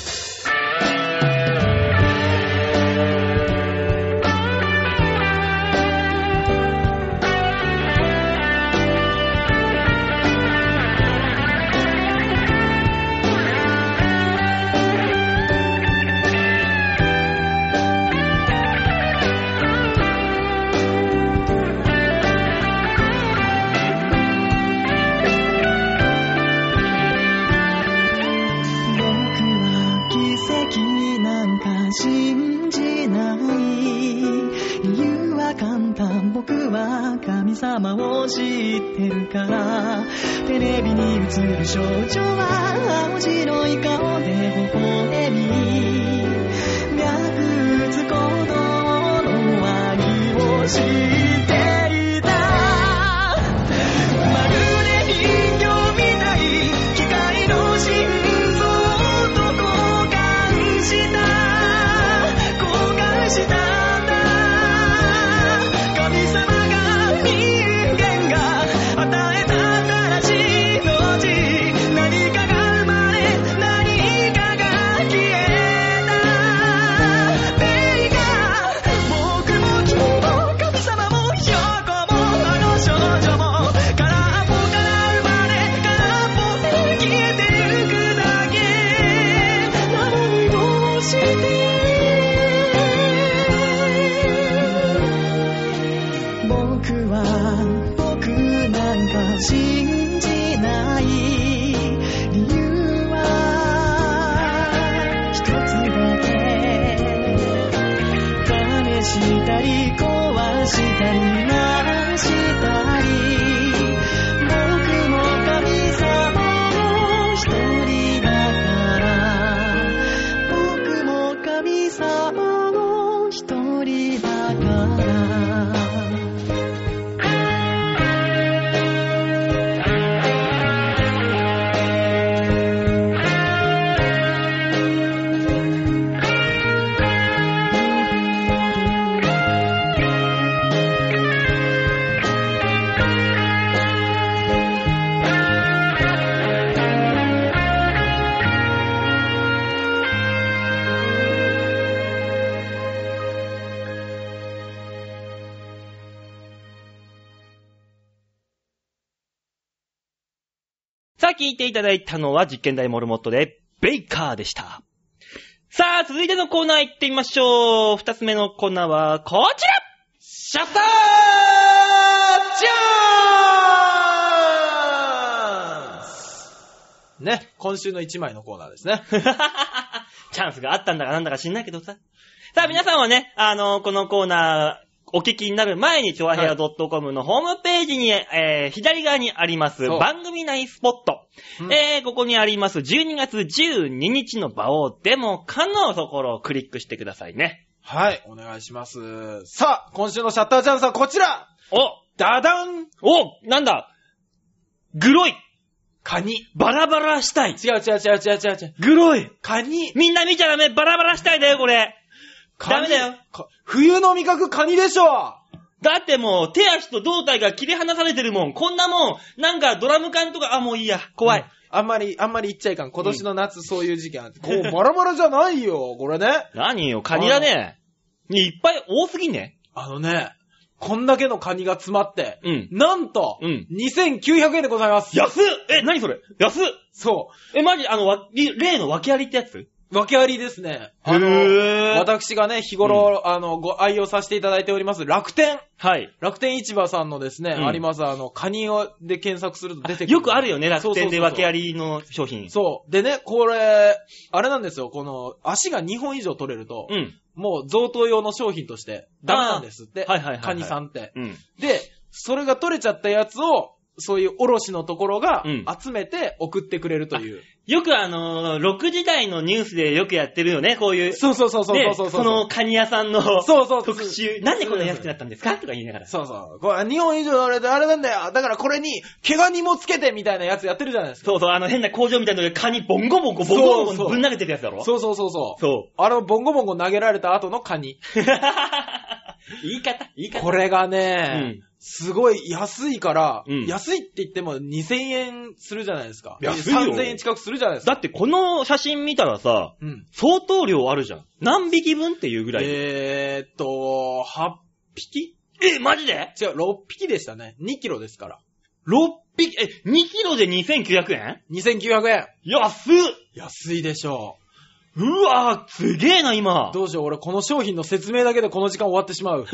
僕は奇跡なんか信じない理由は簡単僕は神様を知ってるからテレビに映る少女は青白い顔で微笑み脈打つ鼓動の割を知っていたまるで人形みたい機械の心臓と交換した交換を信じない理由は一つだけ。試したり壊したり鳴したり僕も神様の一人だから僕も神様の一人だからさあ聞いていただいたのは実験台モルモットで、ベイカーでした。さあ、続いてのコーナー行ってみましょう。二つ目のコーナーはこちらシャッターチね、今週の一枚のコーナーですね。ャンス チャンスがあったんだかなんだか知んないけどさ。さあ、皆さんはね、あの、このコーナー、お聞きになる前に、ちょわへや .com のホームページに、えー左側にあります、そう番組内スポット。うんえー、ここにあります、12月12日の場をデモかのところをクリックしてくださいね。はい、お願いします。さあ、今週のシャッターチャンスはこちらおダダンおなんだグロいカニ。違バラバラしたいう違う違う違う違う違う。グロいカニみんな見ちゃダメバラバラしたいだよ、これカニダメだよか冬の味覚カニでしょだってもう、手足と胴体が切り離されてるもん。こんなもん、なんかドラム缶とか、あ、もういいや、怖い。うんあんまり、あんまり言っちゃいかん。今年の夏そういう事件あって。こう、バラバラじゃない よ、これね。何よ、カニだね。ねいっぱい多すぎね。あのね、こんだけのカニが詰まって、うんなんと、うん2900円でございます。安っえ、何それ安っそえ、マジ、あの、わ例の訳ありってやつう、訳ありですね。あの、へー。私がね、日頃、あの、ご愛用させていただいております、楽天。はい。楽天市場さんのですね、うんあります、あの、カニを、で検索すると出てくる。よくあるよね、楽天でそうそうそうそう訳ありの商品。そう。でね、これ、あれなんですよ、この、足が2本以上取れると、うん。もう贈答用の商品として、ダメなんですって。あーはいはいはいはいカニさんって。うん。で、それが取れちゃったやつを、そういう卸のところがうん集めて送ってくれるという。よくあのー、6時台のニュースでよくやってるよね、こういう。そうそうそうそうそうそう。ねそのカニ屋さんのそうそう特集。なんでこんな安くなったんですかとか言いながら。そうそう。これ、2本以上取れてあれなんだよ。だからこれに、毛ガニもつけてみたいなやつやってるじゃないですか。そうそう、あの変な工場みたいなのでカニボンゴボンゴボンゴボンそゴうそうぶん投げてるやつだろそうそうそうそう。そあの、ボンゴボンゴ投げられた後のカニ。う。言い方、言い方。これがうね、ん。すごい安いから、うん安いって言っても2000円するじゃないですか。安いよ3000円近くするじゃないですか。だってこの写真見たらさ、うん。相当量あるじゃん。何匹分っていうぐらい。えーっと、8匹え、マジで違う、6匹でしたね。2キロですから。 ?6 匹、え、2キロで2900円2900円。安っ安いでしょうわぁ、すげえな、う。今。どうしよう、俺この商品の説明だけでこの時間終わってし まう。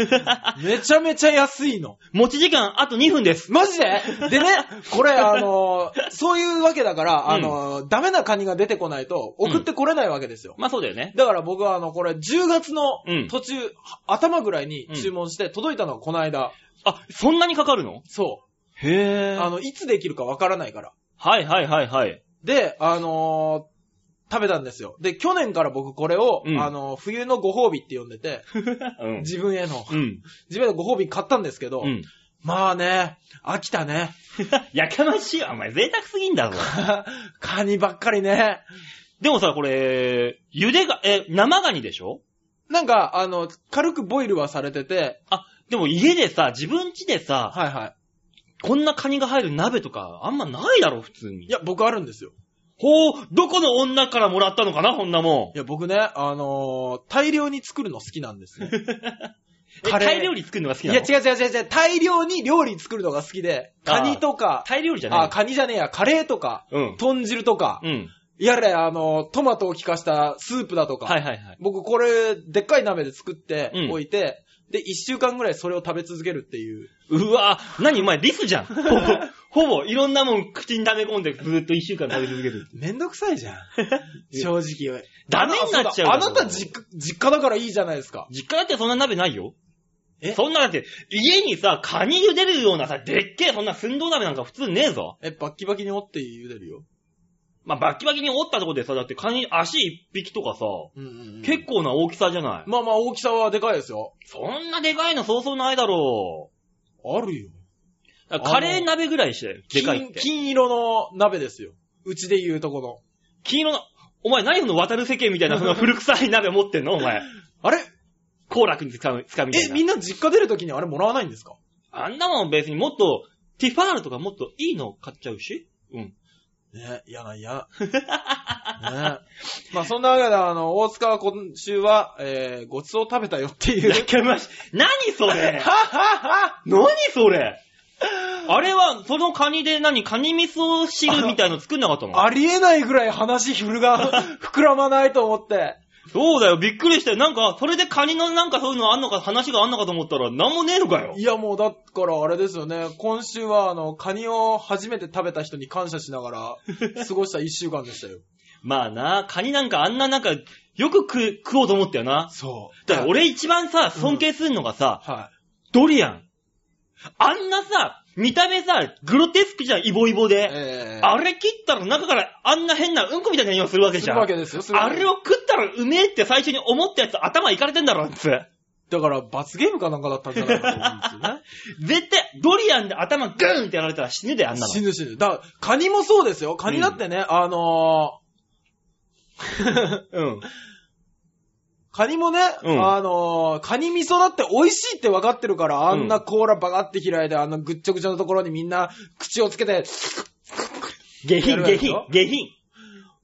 めちゃめちゃ安いの。持ち時間、あと2分です。マジ ででね、これあのーそういうわけだから、あのーダメなカニが出てこないと送ってこれないわけですよ。まあそうだよね。だから僕はあの、これ10月のうん途中、頭ぐらいに注文して届いたのがこの間。あ、そんなにかかるのそへう。ぇあの、いつできるかわからないから。はいはいはいはい。で、あのー食べたんですよ。で、去年から僕これを、うんあのー冬のご褒美って呼んでて、うん。自分への、うん。自分へのご褒美買ったんですけど、うん。まあね、飽きた ね。やかましいわ、お前。贅沢すぎんだぞ。カニばっかりね。でもさ、これ、茹でが、え、生ガニでしょなんか、あの、軽くボイルはされてて、あ、でも家でさ、自分家でさ、はいはい。こんなカニが入る鍋とか、あんまないだろ、普通に。いや、僕あるんですよ。ほう、どこの女からもらったのかな、こんなもいや、僕ね、あのー大量に作るの好きなんで すね。ん。えカレータイ料理作るのが好きいなや、のう。違う違う違う違う。大量に料理作るのが好きで、あーカニとか、タイ料理じゃないあ、カニじゃねえや、カレーとか、うん。豚汁とかう、ん。やれ、あのートマトを効かしたスープだとか、はいはいはい。僕これ、でっかい鍋で作ってうんおいて、で、一週間ぐらいそれを食べ続けるっていう。うわ何お前リス じゃん。ほぼ、ほぼ、いろんなもん口に溜め込んでずーっと一週間食べ続ける。めんどくさいじゃん。 正直。ダメになっちゃうあだろなた実家、実家だからいいじゃないですか。実家だってそんな鍋ないよ。えそんなだって、家にさ、カニ茹でるようなさ、でっけえそんな寸胴鍋なんか普通ねえぞ。え、バッキバキに折って茹でるよ。まあ、バッキバキに折ったとこでさ、だってカニ足一匹とかさ、うんうん、うん。結構な大きさじゃない。まあまあ大きさはでかいですよ。そんなでかいのそうそうないだろあるよ。う。だからカレー鍋ぐらいして、でかいって。金金色の鍋ですよ。うちで言うとこの。黄色の、お前何その渡る世間みたい な、その古臭い鍋持ってんのお前。あれ好楽に使う、使うみたいえ、な。みんな実家出るときにあれもらわないんですかあんなもん別にもっと、ティファールとかもっといいの買っちゃうし。うん。ね、嫌な 嫌。ね。まあそんなわけで、あの、大塚は今週は、えー、ごちそう食べたよっていう。やかましい。何それ何それあれは、そのカニで何カニ味噌汁みたいの作んなかったの ありえないぐらい話ひる が膨らまないと思って。そうだよ、びっくりしたよ。なんか、それでカニのなんかそういうのあんのか、話があんのかと思ったら、なんもねえのかよ。いやもうだからあれですよね、今週はあの、カニを初めて食べた人に感謝しな がら過ごした一週間でしたよ。まあな、カニなんかあんななんか、よく食う食おうと思ったよな。そう。だから、俺一番さ、尊敬するのがさ、はドリアン。あんなさ、見た目さ、グロテスクじゃん、イボイボい。で。えー、あれ切ったら中からあんな変なうんこみたいな匂いするわけすじるゃんわけ。ですよ、するわあけれを食ったらうめえって最初に思ったやつ頭いかれてんだろ、あいつ。だから、罰ゲームかなんかだったん じゃないかと思うんですよね。絶対、ドリアンで頭グーンってやられたら死ぬで、あんなの死。ぬ死ぬ。だから、カニもそうですよ。カニだってね、あのー、 うん。カニもね、うんあのー、カニ味噌だって美味しいって分かってるから、あんな甲羅バカって開いて、あんなぐっちょぐちょのところにみんな口をつけて、下や品、るわけ下でし品ょ、下品。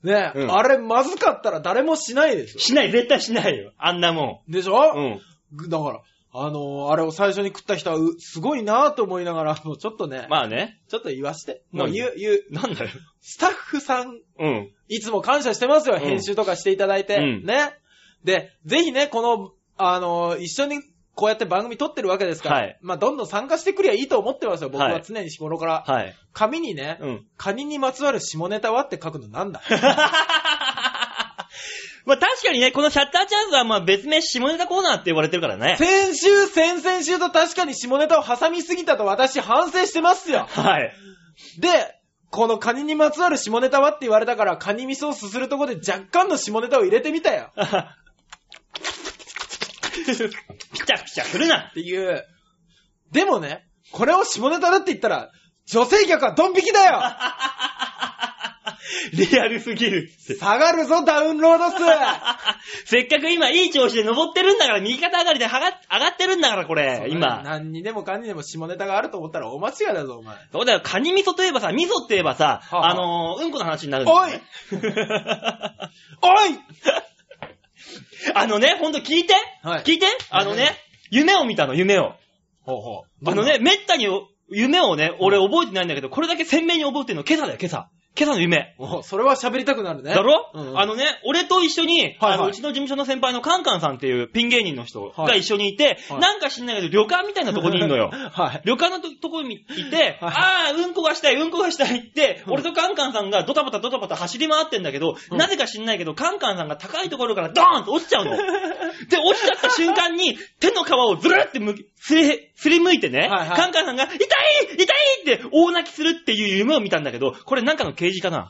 ね、うんあれまずかったら誰もしないですよ。しない、絶対しないよ。あんなもでしん。うょ、ん。だから、あのー、あれを最初に食った人は、うすごいなぁと思いながら、もうちょっとね、まあね。ちょっと言わして。もう何言う、言う。なんだよ。スタッフさんうん。いつも感謝してますよ、ん編集とかしていただいて。うんね。で、ぜひね、この、あのー一緒にこうやって番組撮ってるわけですから、はいまあ、どんどん参加してくりゃいいと思ってますよ、僕ははい常に日頃から。はい。紙にね、 うん。カニにまつわる下ネタはって書くのなん だまあ確かにね、このシャッターチャンスはまあ別名下ネタコーナーって言われてるからね。先週、先々週と確かに下ネタを挟みすぎたと私反省してますよ。はい。で、このカニにまつわる下ネタはって言われたから、カニ味噌をすするとこで若干の下ネタを入れてみたよ。あはピチャピチャするなっ。ていう。でもね、これを下ネタだって言ったら、女性客はドン引きだよリアルすぎるって。 下がるぞ、ダウンロード数せっかく今いい調子で登ってるんだから、右肩上がりで上が上がってるんだから、これ、今。何にでもかんにでも下ネタがあると思ったらお間違いだぞ、お前。そうだよ、カニ味噌といえばさ、味噌って言えばさ、はああのー、うんこの話になるんだよおいね。おい あのね、ほんと聞いて、はい聞いてあのね、夢を見たの、夢を。ほうほあのね、めったに夢をね、俺覚えてないんだけど、これだけ鮮明に覚えてるの、今朝だよ、今朝。今朝の夢。おうそれは喋りたくなるね。だろ、うんあのね、俺と一緒に、はいはいあのうちの事務所の先輩のカンカンさんっていうピン芸人の人が一緒にいて、はいなんか知んないけど旅館みたいなとこにいるのよ。 はい。旅館のととこにいて、 はいああ、うんこがしたい、うんこがしたいって、俺とカンカンさんがドタバタドタバタ走り回ってんだけど、うんなぜか知んないけど、カンカンさんが高いところからドーンと落ちちゃう の。で、落ちちゃった瞬間に、手の皮をずるってむきすり、すりむいてね、はいはいカンカンさんが、痛い痛いって大泣きするっていう夢を見たんだけど、これなんかの刑事かな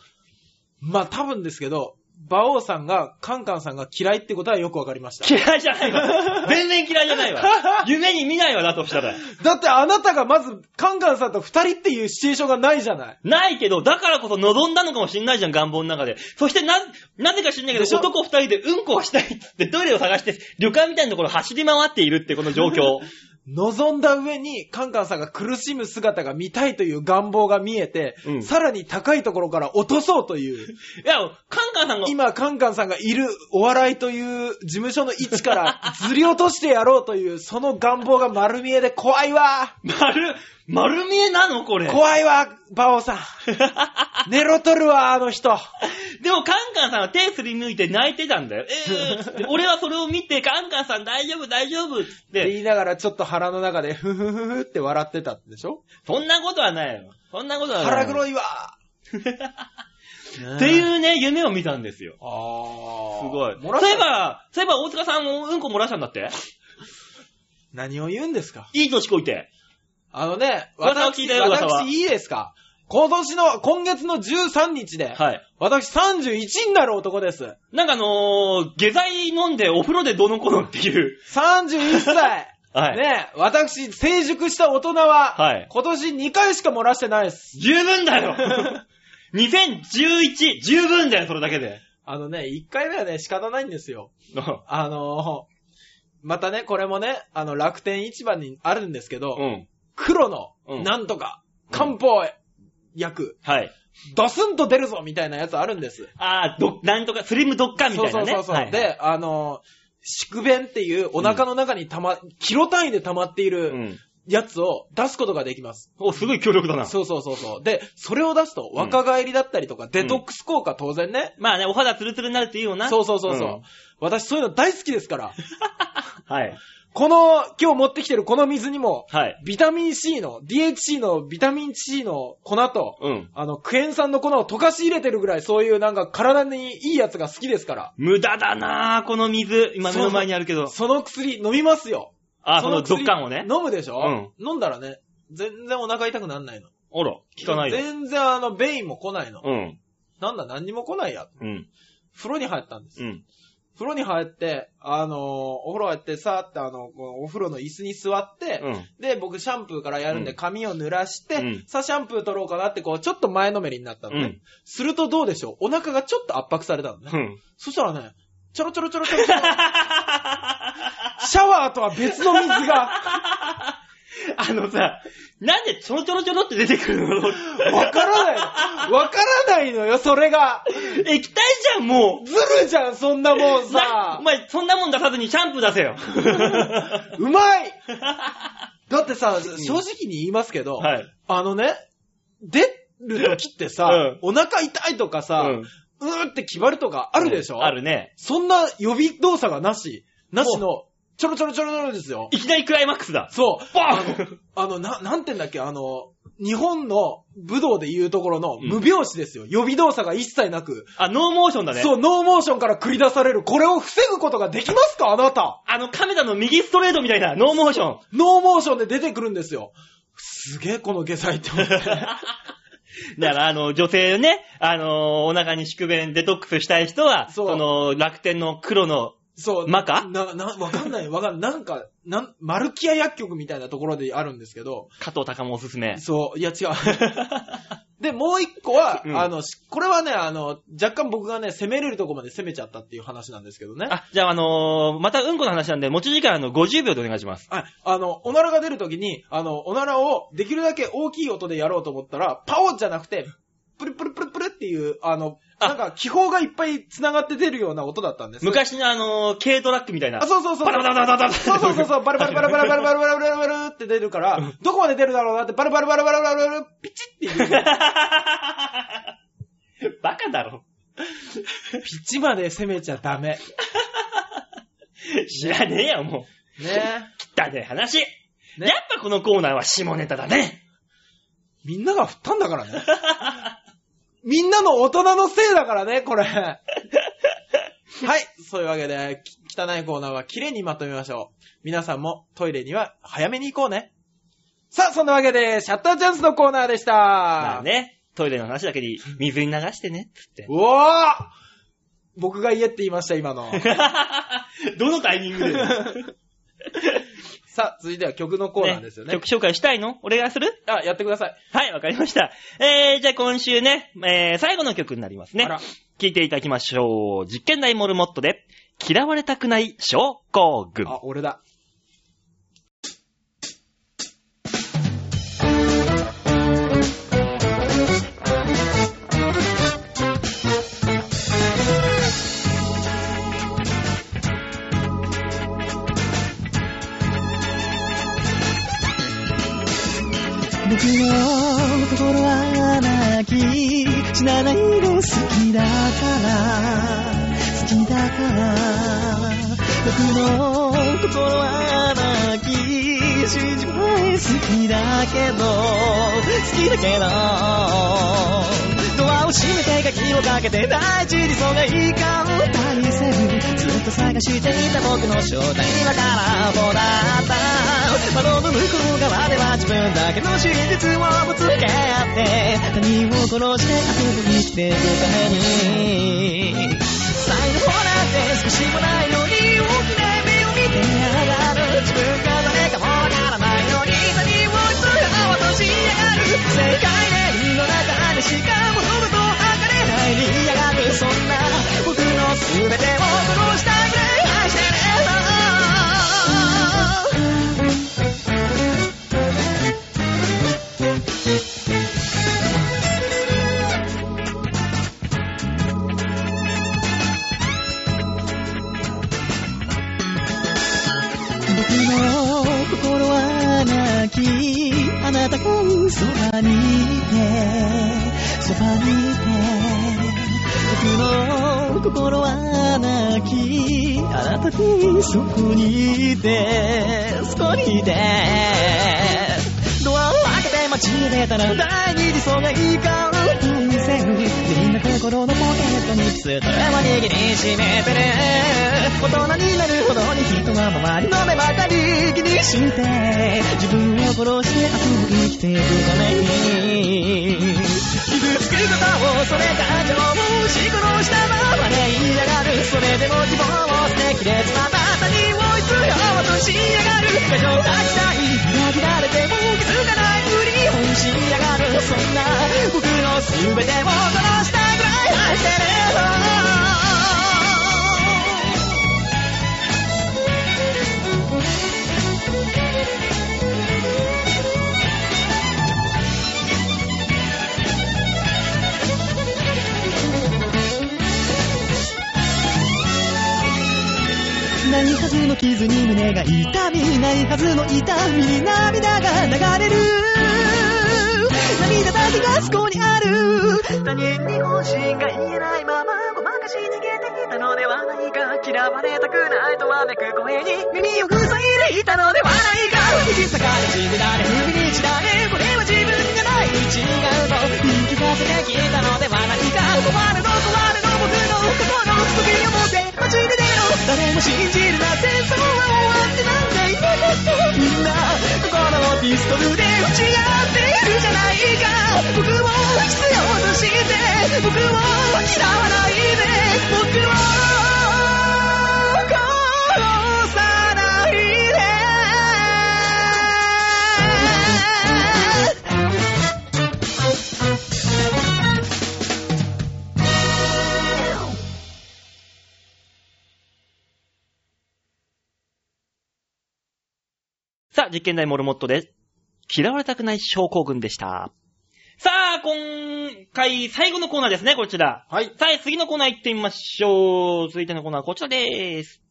まあ多分ですけど、馬王さんが、カンカンさんが嫌いってことはよくわかりました。 嫌いじゃないわ。 全然嫌いじゃないわ。夢に見ないわ、だとしたら。だってあなたがまず、カンカンさんと二人っていうシチュエーションがないじゃない。ないけど、だからこそ望んだのかもしんないじゃん、願望の中で。そしてな、なぜか知んないけでしど、ょ男二人でうんこをしたいっつってトイレを探して、旅館みたいなところを走り回っているってこの 状況。望んだ上に、カンカンさんが苦しむ姿が見たいという願望が見えて、うん さらに高いところから落とそうという。いや、カンカンンさんが、今、カンカンさんがいるお笑いという事務所の位置から ずり落としてやろうという、その願望が丸見えで怖いわ丸、丸見えなのこれ。怖いわバオさん寝ろとるわあの人 でも、カンカンさんは手すり抜いて泣いてたんだよ。えーっつって、俺はそれを見て、カンカンさん大丈夫、大丈夫っつっってて、言いながらちょっと腹の中でふふふふって笑ってたんでしょそんなことはないよ。そんなことはない。腹黒 いわってう。いうね、夢を見たんですよ。あー。すごい。漏らそういしえたば、そういえば大塚さんもうんこ漏らしたんだって何を言うんですかいい年こいて。あのね、噂を聞い私、たよ噂は私いいですか今年の、今月の13日で、はい。私31になる男です。なんかあのー、下剤飲んでお風呂でどの頃っていう。 31歳 はい。ねえ、私、成熟した大人は、はい今年2回しか漏らしてないです。十分だ よ2011、十分だよ、それだけ で。あのね、1回目はね、仕方ないんですよ。あのーまたね、これもね、あの、楽天市場にあるんですけど、うん。黒うの、んなんとか、うん漢方薬、はい。ドスンと出るぞみたいなやつあるんです。あー、ど、なんとか、スリムドッカンみそたういそなうね。そうそう、はいで、あのー、宿便っていうお腹の中にたま、キロ単位で溜まっていうるん。やつを出すことができます。お、すごい強力だな。そうそうそうそう。で、それを出すと若返りだったりとか、デトックス効果当然ね。まあね、お肌ツルツルになるっていうよな。そうそうそうそう、ん私そういうの大好きですから。はい。この、今日持ってきてるこの水にも、はい。ビタミン C の、DHC のビタミン C の粉と、うん。あの、クエン酸の粉を溶かし入れてるぐらい、そういうなんか体にいいやつが好きですから。無駄だなぁ、この水。今目の前にあるけど。その薬飲みますよ。あー、そのド薬ッカンをね。飲むでしょ、飲んだらね、全然お腹痛くなんないの。あら、聞かないよ。全然あの、便意も来ないの。うん。なんだ、何にも来ないや。うん。風呂に入ったんです。うん。風呂に入って、あのーお風呂入ってさーってあの、このお風呂の椅子に座って、うん。で、僕シャンプーからやるんでうん髪を濡らして、うんさあシャンプー取ろうかなってこう、ちょっと前のめりになったのね。うんするとどうでしょうお腹がちょっと圧迫されたのね。うん。そしたらね、ちょろちょろちょろちょろ ちょろ。シャワーとは別の水が、あのさ、なんでちょろちょろちょろって出てくるのわからないの。わからないのよ、それが。液体じゃん、もずるじゃん、そんなもんう。なさお。前、そんなもん出さずにシャンプー出せよ。うまいだってさ、正直に言いますけど、はい。あのね、出る時ってさ、お腹痛いとかさ、うんうーって決まるとかあるでしょ、うんあるね。そんな予備動作がなし、なしの、ちょろちょろちょろちょろですよ。いきなりクライマックスだ。そう。ボあーンの、あのな、なんて言うんだっけ、あの、日本の武道で言うところの無拍子ですよ。予備動作が一切なく、あ、ノーモーションだね。そう、ノーモーションから繰り出される、これを防ぐことができますかあなたあの、亀田の右ストレートみたいな、ノーモーシ ョン。ノーモーションで出てくるんですよ。すげえ、この下剤って思 って。だから、あの、女性ね、あの、お腹に宿便デトックスしたい人は、そそうの、楽天の黒の、そう。マカな、な、わかんない、わかんない。なんか、なん、マルキア薬局みたいなところであるんですけど、加藤隆もおすすめ。そう、いや違 う。で、もう一個は、うんあの、しこれはね、あの、若干僕がね、攻めれるとこまで攻めちゃったっていう話なんですけどね。あ、じゃあ、あのーまたうんこの話なんで、持ち時間、あの、50秒でお願いします。ああの、おならが出るときに、あの、おならをできるだけ大きい音でやろうと思ったら、パオじゃなくて、プルプルプルプルっていう、あの、あなんか気泡がいっぱい繋がって出るような音だったんです。昔のあのー軽トラックみたいな。あ、そうそうそう。バタバタバタバタそうそうそうそう、バルバルバルバルバルバルバルバルバルって出るから、どこまで出るだろうなって、バルバルバルバルバルバル、ピチっていう。 バカだろ。ピチまで攻めちゃダメ。知らねえよ、もう。ね汚ねえ話。やっぱこのコーナーは下ネタだ ね。みんなが振ったんだからね。みんなの大人のせいだからね、 これ。はい。そういうわけで、き汚いコーナーは綺麗にまとめましょう。皆さんもトイレには早めに行こうね。さあ、そんなわけで、シャッターチャンスのコーナーでした。まあね、トイレの話だけに水に流してね、つ って。うわー僕が言えって言いました、今 の。どのタイミングで、 さあ、続いては曲のコーナーですよね。曲紹介したいの俺がするあ、やってください。はい、わかりました。えー、じゃあ今週ね、えー、最後の曲になりますねあら。聴いていただきましょう。実験台モルモットで、嫌われたくない症候群。あ、俺だ。 「き死なないで好きだから好きだから僕の心はなき死にじまえ好きだけど好きだけどドアを閉めて鍵をかけて大事にそがいいかを大切にずっと探していた僕の正体は空っぽだった窓の向こう側では自分だけの真実をぶつけ合って他人を殺して遊びに来てるために才能なんて少しもないのに大きな夢を見てやがる自分が誰かもわからないのに他人を一人合わしやがる世界での中でしか戻ると測れないにやがるそんな僕の全てを殺したくらい愛してるよ僕の心はなきあなたがそばにいてそばにいて僕の心はなきあなたにそこにいてそこにいてドアを開けて街に出たら第二次層がいいか運転みんな心のポケットにそれは握りしめてる大人になるほどに人は周りの目ばかり気にして自分を殺して遊び生きていくために傷つくことをそれ感情を押し殺したままで言いやがるそれでも自分を捨てきれずまた他人を必要としやがる過剰な期待裏切られても気づかないふりに本心やがるそんな僕の全てを殺したぐらい愛してるよないはずの傷に胸が痛みないはずの痛みに涙が流れる涙だけがそこにある他人に本心が言えないままごまかし逃げていたのではないか嫌われたくないとわめく声に耳を塞いでいたのではないか生きたから死ぬだれ踏みにじだれこれは自分がないに違うと言い聞かせてきたのではないか壊れろ壊れろ僕の心の不足を持って街に出ろ誰も信じるな戦争は終わってなんていなかったみんな心をピストルで打ち合っているじゃないか僕を必要として僕を嫌わないで僕を殺さないでさあ、実験台モルモットです。嫌われたくない症候群でした。さあ、今回最後のコーナーですね、こちら。はい。さあ、次のコーナー行ってみましょう。続いてのコーナーはこちらでーす。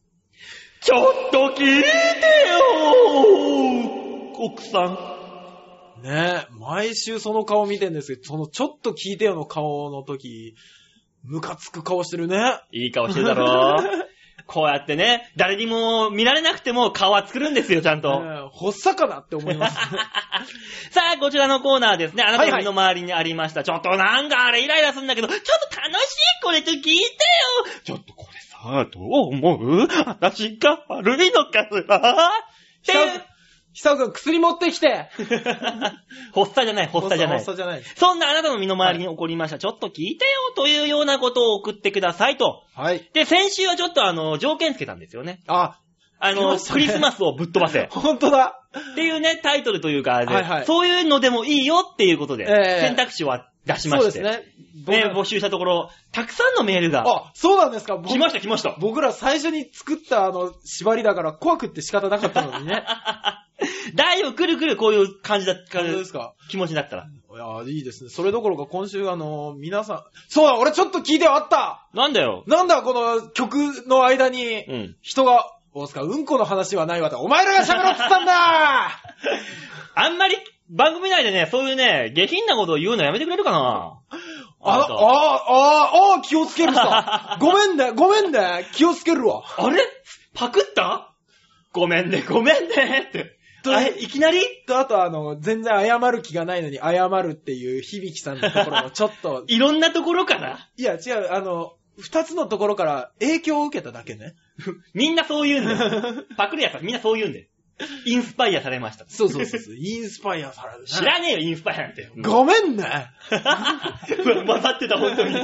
ちょっと聞いてよー奥さん。ねえ、毎週その顔見てんですけど、そのちょっと聞いてよの顔の時、ムカつく顔してるね。いい顔してるだろこうやってね、誰にも見られなくても顔は作るんですよ、ちゃんと。ねえほっさかなって思います。 さあ、こちらのコーナーですね。あなたはのいはい身の回りにありました。ちょっとなんかあれイライラするんだけど、ちょっと楽しいこれと聞いてよちょっとこれさ、どう思う私が悪いのかしらっていう。ひさおくん薬持ってきて 発作じゃない、発作じゃなほいっ。さじゃない。そんなあなたの身の回りに起こりました。ちょっと聞いてよというようなことを送ってくださいと。はい。で、先週はちょっとあの、条件つけたんですよね。あ、あ来の、ましたクねリスマスをぶっ飛ばせ。ほんとだ。っていうね、タイトルというか、はいはいそういうのでもいいよっていうことで、ええ選択肢は出しまそうしでて、すね。ね僕募集したところ、たくさんのメールが、あ、そうなんですか僕来ました来ました。僕ら最初に作ったあの、縛りだから怖くって仕方なかった のにね。大丈夫、くるくるこういう感じだった本当ですか気持ちだったら。いやーいいですね。それどころか今週あのー皆さん、そうだ、俺ちょっと聞いてよあったなんだよ。なんだ、この曲の間にう、ん。人が、大塚、うんこの話はないわって、お前らが喋ろうっつったんだあんまり番組内でね、そういうね、下品なことを言うのやめてくれるかなあ、あ、なあたあ、あ、気をつける さ。ごめんね、ごめんね、気をつけるわ。あれパクったごめんね、ごめんねって。どうあれいきなりと、あとあの、全然謝る気がないのに謝るっていう響さんのところのちょっと、いろんなところから。 いや違う、あの、二つのところから影響を受けただけね。みんなそう言うんだ よ。パクるやつはみんなそう言うんだよ。インスパイアされました。そうそう そうそう、インスパイアされるね知らねえよ、インスパイアなん て。ごめんね。混ざってた、本当に。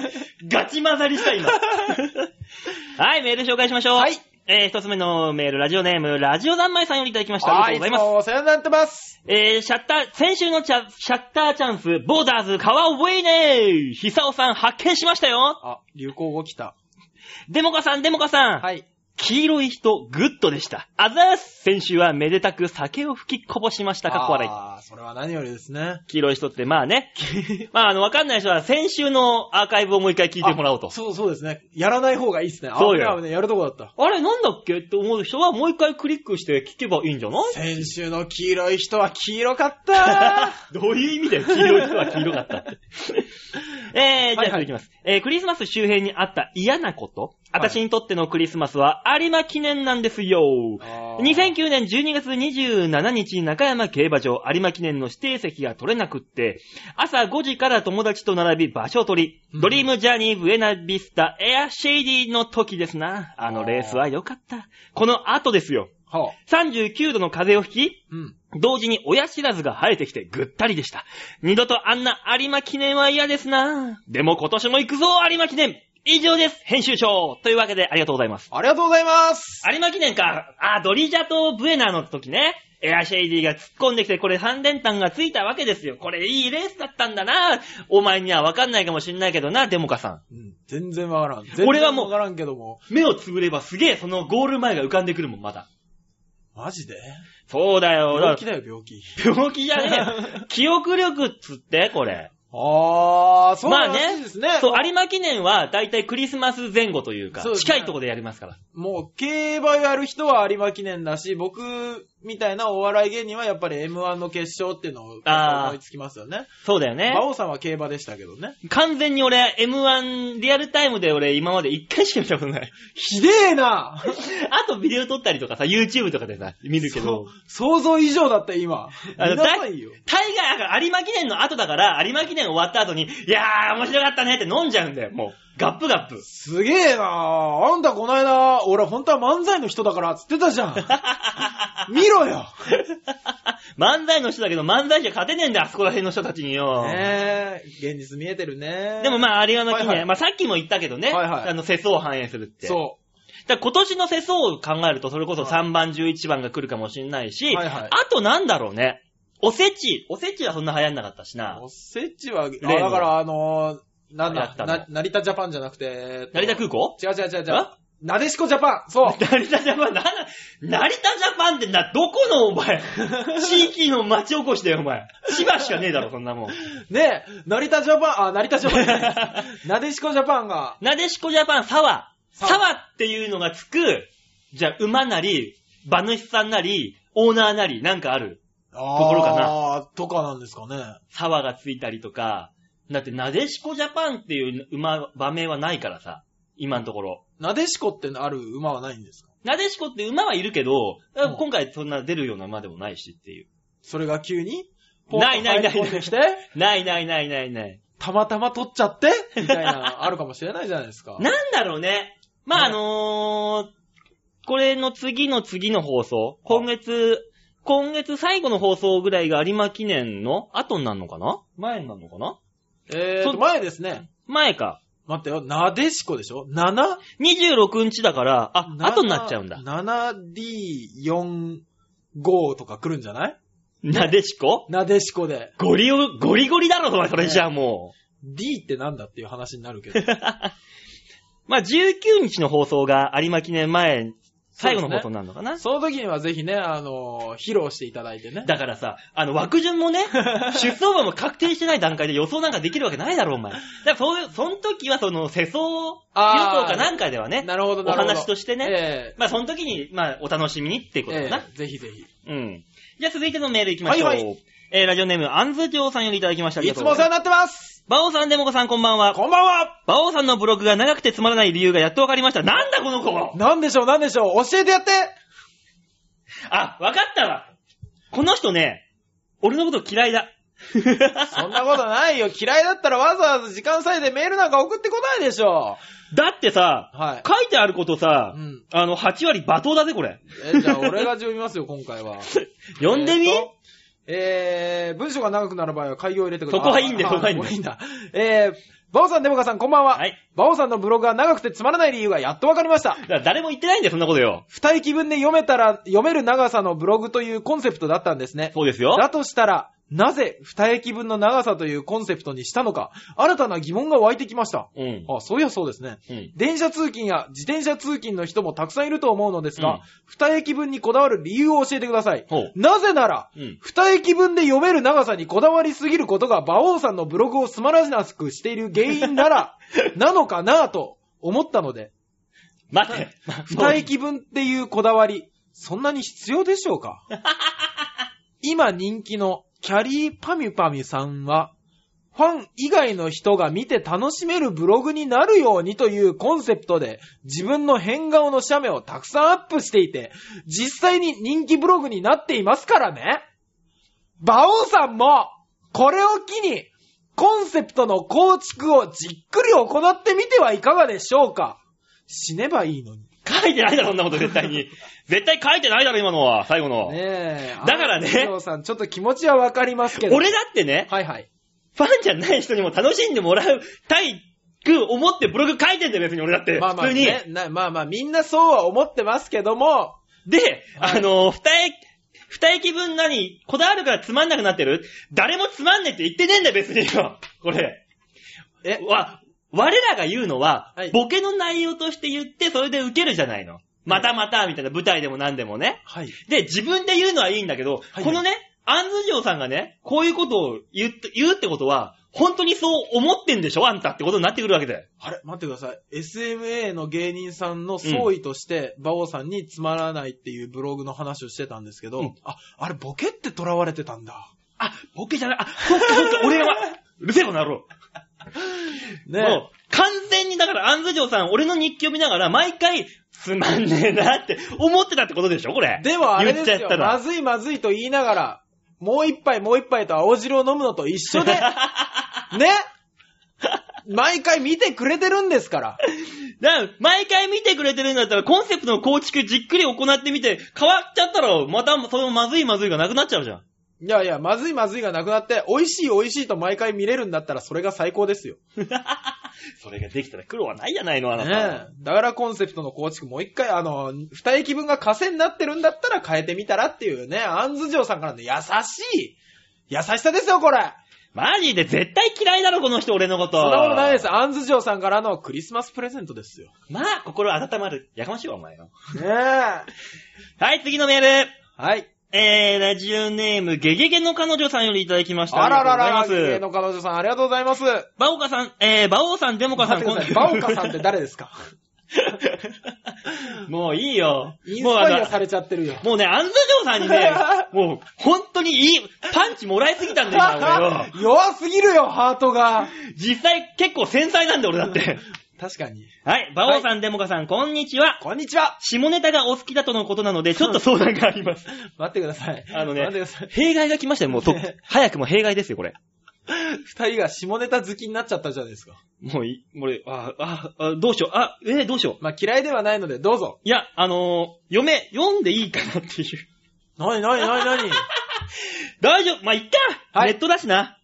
ガチ混ざりした、今。はい、メール紹介しましょう。はい。えー、一つ目のメール、ラジオネーム、ラジオ三昧さんよりいただきました。ありがとうございます。お世話になってます。えー、シャッター、先週のチャシャッターチャンス、ボーダーズ、川ウェイネー久尾さん発見しましたよあ、流行語来た。デモカさん、デモカさん、はい。黄色い人、グッドでした。あざーす先週はめでたく酒を吹きこぼしました。かっこ笑い。ああ、それは何よりですね。黄色い人って、まあね。 まあ、あの、わかんない人は先週のアーカイブをもう一回聞いてもらおうとあ。そうそうですね。やらない方がいいですね。そうよ危ない危ないやるとこだった。あれなんだっけって思う人はもう一回クリックして聞けばいいんじゃない先週の黄色い人は黄色かった。 どういう意味だよ、黄色い人は黄色かった って。えー、じゃあ続きます。えー、クリスマス周辺にあった嫌なこと私にとってのクリスマスは有馬記念なんですよ。あー2009年12月27日、中山競馬場有馬記念の指定席が取れなくって、朝5時から友達と並び場所を取うり、んドリームジャーニーブエナビスタエアシェイディの時ですな。あのレースは良かった。この後ですよ。はあ。 39度の風を吹き、うん。同時に親知らずが生えてきてぐったりでした。二度とあんな有馬記念は嫌ですなでも今年も行くぞ、有馬記念以上です、編集長というわけでありがとうございます。ありがとうございます。有馬記念か。あ、ドリジャとブエナーの時ね。エアシェイディが突っ込んできて、これ三連単がついたわけですよ。これいいレースだったんだなお前にはわかんないかもしんないけどな、デモカさん。うん。全然わからん。全然俺はもうわからんけども。目をつぶればすげえ、そのゴール前が浮かんでくるもん、まだ。マジでそうだよ。病気だよ、病気。病気じゃ ねえ。記憶力っつって、これ。ああ、そうまあなんねですね。そう、有馬記念は大体クリスマス前後というか、そうですね近いところでやりますから。もう、競馬やる人は有馬記念だし、僕みたいなお笑い芸人はやっぱり M1 の決勝っていうのをあー思いつきますよね。そうだよね。馬王さんは競馬でしたけどね。完全に俺、M1 リアルタイムで俺今まで一回しか見たことない。ひでえな あとビデオ撮ったりとかさ、YouTube とかでさ、見るけど。想像以上だったよ今。あの見なさいよ。大概、だから有馬記念の後だから、有馬記念終わった後に、いやー、面白かったねって飲んじゃうんだよ、もう。ガップガップ。 すげえなあんたこないだ、俺本当は漫才の人だからっつってたじゃん。 見ろよ。漫才の人だけど、漫才じゃ勝てねえんだよ、あそこら辺の人たちによ。ねえ、現実見えてるね。でもまあ、有馬記念、はいはいまあさっきも言ったけどね、はいはいあの、世相を反映するって。そだから今年の世相を考えると、それこそ3番、11番が来るかもしれないし、はいはあいとなんだろうね。おせち。おせちはそんな流行んなかったしう。なお。せちは、あだのからあのー、なんやっただ、のな成田ジャパンじゃなくて、えっと成田空港違う違う違う違うあ。なでしこジャパンそう成田ジャパン、な、成田ジャパンってな、どこのお 前、地域の町おこしだよ、お前。千葉しかねえだろ、そんなもん。ねえ、成田ジャパン、あ、成田ジャパンじゃ ない。なでしこジャパンが、なでしこジャパン、沢。沢沢っていうのがつく、じゃあ、馬なり、馬主さんなり、オーナーなり、なんかある。ところかなな。とかなんですかね。沢がついたりとか、だって、なでしこジャパンっていう馬、場名はないからさ、今のところ。なでしこってある馬はないんですかなでしこって馬はいるけど、うん今回そんな出るような馬でもないしっていう。それが急にないないないポンと入り込んできて、ないないないないない。たまたま取っちゃって みたいなのあるかもしれないじゃないですか。なんだろうね。まあ、あねのー、これの次の次の放送、今月、今月最後の放送ぐらいが有馬記念の後になるのかな前になるのかなえーそと、前ですね。前か。待ってよ、なでしこでしょ ?7? 26日だから、あ、後になっちゃうんだ。 7D45 とか来るんじゃないなでしこなでしこで。ゴリゴゴリゴリだろ、お前、それじゃあも D ってなんだっていう話にな るけど。う。まあ、19日の放送が有馬記念前、最後の放送になるのかな、その時にはぜひね、あのー披露していただいてね。だからさ、あの、枠順も ね、出走馬も確定してない段階で予想なんかできるわけないだろ、お前。だから、そういう、その時はその、世相予想あーかなんかではね、なるほど、おなるほど。話としてね、えまあ、その時に、まあ、お楽しみにっていうこえとだな。ええぜひぜひ。うん。じゃあ続いてのメールいきましょう。はいはえー、ラジオネーム、アンズジョーさんよりいただきました。ありいがとつうごもおざ世い話になってますバオさん、デモカさん、こんばんは。こんばんはバオさんのブログが長くてつまらない理由がやっとわかりました。なんだこの子なんでしょう、なんでしょう、教えてやってあ、わかったわこの人ね、俺のこと嫌いだ。そんなことないよ、嫌いだったらわざわざ時間割いてメールなんか送ってこないでしょ だってさ、はい。書いてあることさ、うん。あの、8割罵倒だぜ、これ。え、じゃあ俺が読みますよ、今 回は。読んでみ、えーとえー、文章が長くなる場合は開業を入れてください。そこはいいんだよあそこはいいんだよあいいんだ。えー、バオさん、デモカさん、こんばんは。はい。バオさんのブログが長くてつまらない理由がやっとわかりました。だから誰も言ってないんだよ、そんなことよ。二駅分で読めたら、読める長さのブログというコンセプトだったんですね。そうですよ。だとしたら、なぜ二駅分の長さというコンセプトにしたのか、新たな疑問が湧いてきました。うん。あ、そういやそうですね。うん。電車通勤や自転車通勤の人もたくさんいると思うのですうんが、二、駅分にこだわる理由を教えてくださいほう。なぜなら、うん。二駅分で読める長さにこだわりすぎることが馬王さんのブログをつまらなくしている原因 なら、なのかなぁと思ったので、待って。 二駅分っていうこだわり、そんなに必要でしょうか今人気のキャリーパミュパミュさんは、ファン以外の人が見て楽しめるブログになるようにというコンセプトで自分の変顔の写メをたくさんアップしていて、実際に人気ブログになっていますからね。馬王さんも、これを機に、コンセプトの構築をじっくり行ってみてはいかがでしょうか死ねばいいのに。書いてないだろ、そんなこと絶対 に。絶対書いてないだろ、今のは、最後の。ねえ。だからね安藤さん、ちょっと気持ちはわかりますけど。俺だってね、はいはい。ファンじゃない人にも楽しんでもらうたいく思ってブログ書いてんだよ、別に俺だって。まあまあ、普通に。ね、なまあまあ、みんなそうは思ってますけども、で、はいあのー、二駅、二駅分何こだわるからつまんなくなってる誰もつまんねえって言ってねえんだよ、別によ。 これ。え、わ、我らが言うのは、はいボケの内容として言って、それで受けるじゃないの。またまた、みたいな舞台でも何でもね。はい。で、自分で言うのはいいんだけど、はいこのね、アンズジョーさんがね、こういうことを言って、言うってことは、本当にそう思ってんでしょあんたってことになってくるわけで。あれ、待ってください。SMA の芸人さんの総意として、馬王さんにつまらないっていうブログの話をしてたんですけど、うんあ、あれ、ボケって囚われてたんだ。あ、ボケじゃない、あ、そっかそっか、俺 がわ、うるせえこの野郎。もねう、完全にだから、アンズジョーさん、俺の日記を見ながら、毎回、つまんねえなって思ってたってことでしょこれえ。。でもあれです言っちゃよった、まら。ずいまずいと言いながら、もう一杯もう一杯と青汁を飲むのと一 緒で、ね毎回見てくれてるんですから。だから毎回見てくれてるんだったら、コンセプトの構築じっくり行ってみて、変わっちゃったら、また、それもまずいまずいがなくなっちゃうじゃん。いやいや、まずいまずいがなくなって、美味しい美味しいと毎回見れるんだったらそれが最高ですよ。 それができたら苦労はないじゃないの、あねなえた。。だからコンセプトの構築もう一回、あの、二駅分が枷になってるんだったら変えてみたらっていうね、アンズジョーさんからの優しい、優しさですよ、これ。マジで絶対嫌いだろ、この人、俺のこと。そんなことないです。アンズジョーさんからのクリスマスプレゼントですよ。まあ、心温まる。やかましいわ、お前よ。ねえ。ははい、次のメール。い。えー、ラジオネーム、ゲゲゲの彼女さんよりいただきました。あらららありがとうござ芸います。の彼女さんありがとうございます。バオカさん、えー、バオさん、デモカさ待ん、ってください。こバんオカさんって誰ですか もういいよ。インスもうパイアあされちゃってるよ。の、もうね、アンズジョーさんに ね、もう、本当にいい、パンチもらいすぎたんだよ、今 俺よ。弱すぎるよ、ハートが。実際、結構繊細なんだよ、俺だって。確かに。はい、バオさん、デモカさん、こんにちは。こんにちは。下ネタがお好きだとのことなので、ちょっと相談があります。待ってください。あのね待ってください。弊害が来ましたよ、もうそね、早くも弊害ですよ、これ。二人が下ネタ好きになっちゃったじゃないですか。もうい、俺、あ、あ、あどうしよう、あ、えーどうしよう。まあ嫌いではないので、どうぞ。いや、あのー、読め、読んでいいかなっていう。 なになになになに大丈夫、まあ、いっか、はいネットだしな。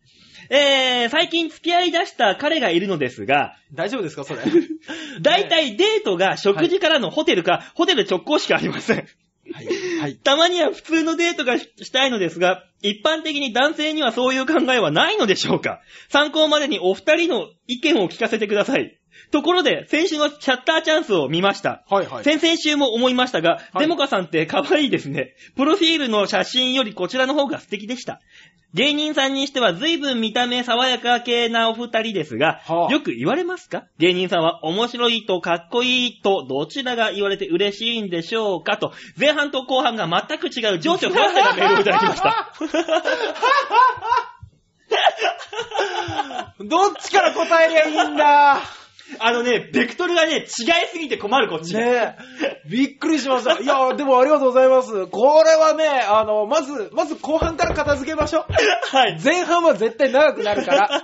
えー、最近付き合い出した彼がいるのですが、 大丈夫ですかそれ。大体デートが食事からのホテルか、ホテル直行しかありません。 はい。はい。たまには普通のデートがしたいのですが、一般的に男性にはそういう考えはないのでしょうか参考までにお二人の意見を聞かせてください。ところで、先週のシャッターチャンスを見ました。はいはい。先々週も思いましたが、はいデモカさんって可愛いですね。プロフィールの写真よりこちらの方が素敵でした。芸人さんにしては随分見た目爽やか系なお二人ですが、はあよく言われますか芸人さんは面白いとかっこいいとどちらが言われて嬉しいんでしょうかと、前半と後半が全く違う情緒不安定なメールをいただきま した。どっちから答えりゃいいんだあのね、ベクトルがね、違いすぎて困るこっち。ねえ。びっくりしました。いや、でもありがとうございます。これはね、あの、まず、まず後半から片付けましょう。はい。前半は絶対長くなる から、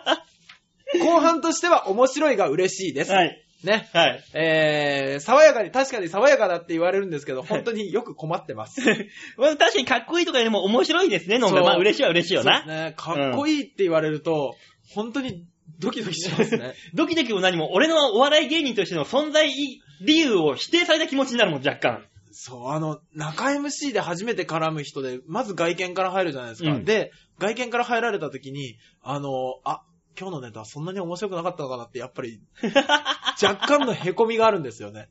後半としては面白いが嬉しいです。はい。ね。はい。 えー、爽やかに、確かに爽やかだって言われるんですけど、本当によく困ってます。まあ確かにかっこいいとかよりも面白いですね、のんべ。そうまあ嬉しいは嬉しいよそうな。ですね。かっこいいって言われると、本当にドキドキし ますね。ドキドキも何も、俺のお笑い芸人としての存在理由を否定された気持ちになるもん、若 干。そう、あの、中 MC で初めて絡む人で、まず外見から入るじゃないですか。うんで、外見から入られた時に、あの、あ、今日のネタそんなに面白くなかったのかなって、やっ ぱり、若干の凹みがあるんですよね。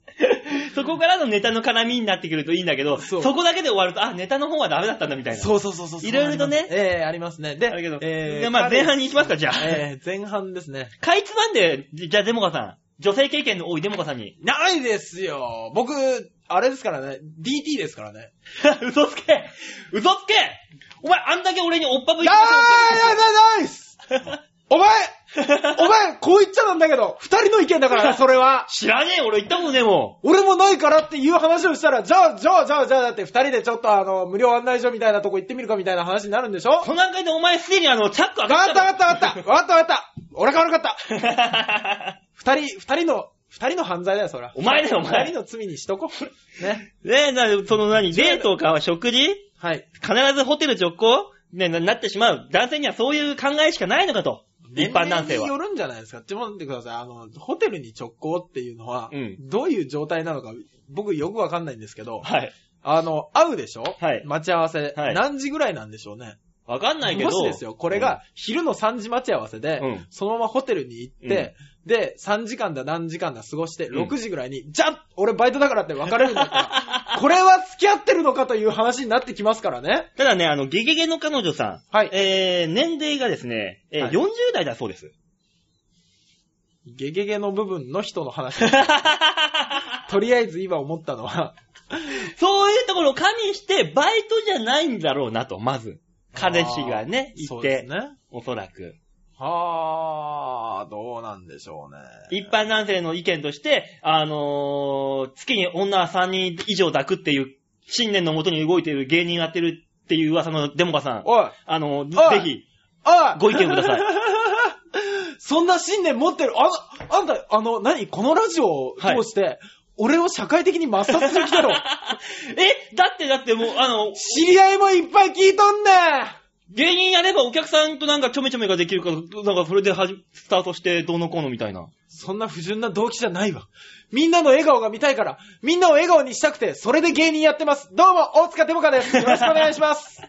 そこからのネタの絡みになってくるといいんだけど、そそうこだけで終わると、あ、ネタの方はダメだったんだみたいな。そうそうそうそう。いろいろとねええありますね。で、だけど、えでまあ前半に。に行きますか、じゃあ。ええ前半ですね。かいつまんで、じゃあデモカさん、女性経験の多いデモカさん に。ないですよ。僕、あれですからね、DT ですからね。嘘つけ嘘つけお前、あんだけ俺におっぱぶいいやてーましいやいやないっすお前お前、こう言っちゃなんだけど、二人の意見 だからな、それは。 知らねえ、俺行ったことねえも俺もないからっていう話をしたら、じゃあ、じゃあ、じゃあ、じゃあ、だって二人でちょっとあの、無料案内所みたいなとこ行ってみるかみたいな話になるんでしょん。この段階でお前すでにあの、チャック開わけかったわかたったわかったわかったわかった俺が悪かった分かった。二人、二人の、二人の犯罪だよ、そら。 お前だよお前二人の罪にしとこう。ね。ねえ、な、その何、デートか食事はい。必ずホテル直行ね、な、なってしまう。男性にはそういう考えしかないのかと。一般男性年齢には。よるんじゃないですか。ちょっと待ってください。あの、ホテルに直行っていうのは、うんどういう状態なのか、僕よくわかんないんですけど、はい。あの、会うでしょはい待ち合わせ。はい何時ぐらいなんでしょうね。わかんないけど。もしですよ、これが昼の3時待ち合わせで、うんそのままホテルに行って、で、3時間だ何時間だ過ごして、6時ぐらいに、じゃあ俺バイトだからって別れるんだ ったら、これは付き合ってるのかという話になってきますからね。ただね、あの、ゲゲゲの彼女さん。はいえー、年齢がですね、えーはい40代だそうです。 ゲゲゲの部分の人の話。とりあえず今思った のは、そういうところを加味して、バイトじゃないんだろうなと、まず。彼氏がね、いそうでて、すね。おそらく。はー、どうなんでしょうね。一般男性の意見として、あのー月に女は3人以上抱くっていう、信念のもとに動いている芸人やってるっていう噂のデモカさん。おい、あのーおいぜひ、 あご意見ください。 そんな信念持ってる。あの、あんた、あの、何このラジオを通して、俺を社会的に抹殺する気だ ろ。え、だってだってもう、あの、知り合いもいっぱい聞いとんね芸人やればお客さんとなんかちょめちょめができるから、なんかそれではじスタートしてどうのこうのみたい な。そんな不純な動機じゃないわ。みんなの笑顔が見たいから、みんなを笑顔にしたくて、それで芸人やってます。どうも、大塚デモカです。よろしくお願いし ます。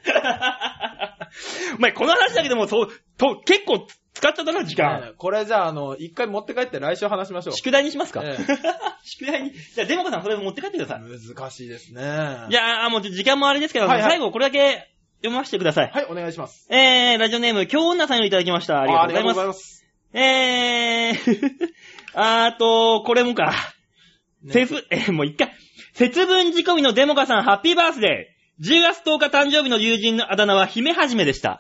お前、この話だけでもそう、と、結構使っちゃったな、時間。ねえこれじゃあ、あの、一回持って帰って来週話しましょう。宿題にしますか、え 宿題に。じゃあ、デモカさんそれ持って帰ってください。難しいですね。はいやー、もう時間もあれですけど、はいはい最後これだけ読ませてください。い、お願いします。えー、ラジオネーム、京女さんよりいただきました。ありがとうございます。ありがとうございます。えー、 あーと、これもか。ね節、えー、もう一回。節分仕込みのデモカさん、ハッピーバースデー。10月10日誕生日の友人のあだ名は姫はじめで した。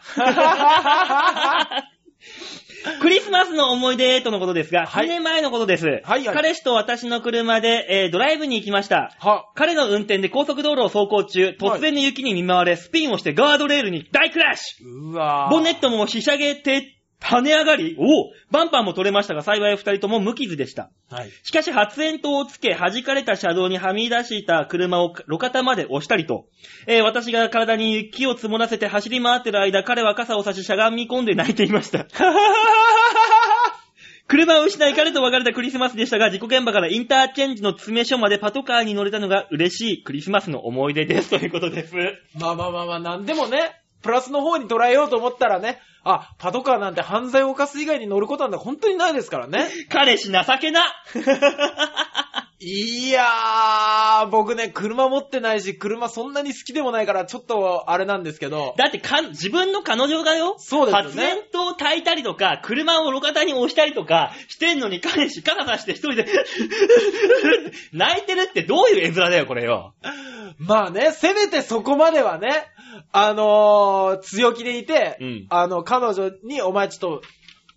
クリスマスの思い出とのことですが、はい8年前のことです。はいはい彼氏と私の車で、えードライブに行きました。は、彼の運転で高速道路を走行中、突然の雪に見舞われ、スピンをしてガードレールに大クラッシュうわーボンネットもひしゃげて跳ね上がり、おおバンパーも取れましたが、幸い二人とも無傷でした。はい。しかし発煙筒をつけ、弾かれた車道にはみ出した車を路肩まで押したりと、えー私が体に雪を積もらせて走り回ってる間、彼は傘を差ししゃがみ込んで泣いていました。 車を失い彼と別れたクリスマスでしたが、事故現場からインターチェンジの詰め所までパトカーに乗れたのが嬉しいクリスマスの思い出ですということです。まあまあまあまあ、なんでもね、プラスの方に捉えようと思ったらね、あ、パトカーなんて犯罪を犯す以外に乗ることなんて本当にないですからね。彼氏情けな いやー、僕ね、車持ってないし、車そんなに好きでもないから、ちょっとあれなんですけど、だってか、自分の彼女がよ、そうですよね発煙筒を焚いたりとか、車を路肩に押したりとか、してんのに彼氏肩出して一人で、 泣いてるってどういう絵面だよ、これよ。 まあね、せめてそこまではね、あのー、強気でいて、うんあの、彼女に、お前ちょっと、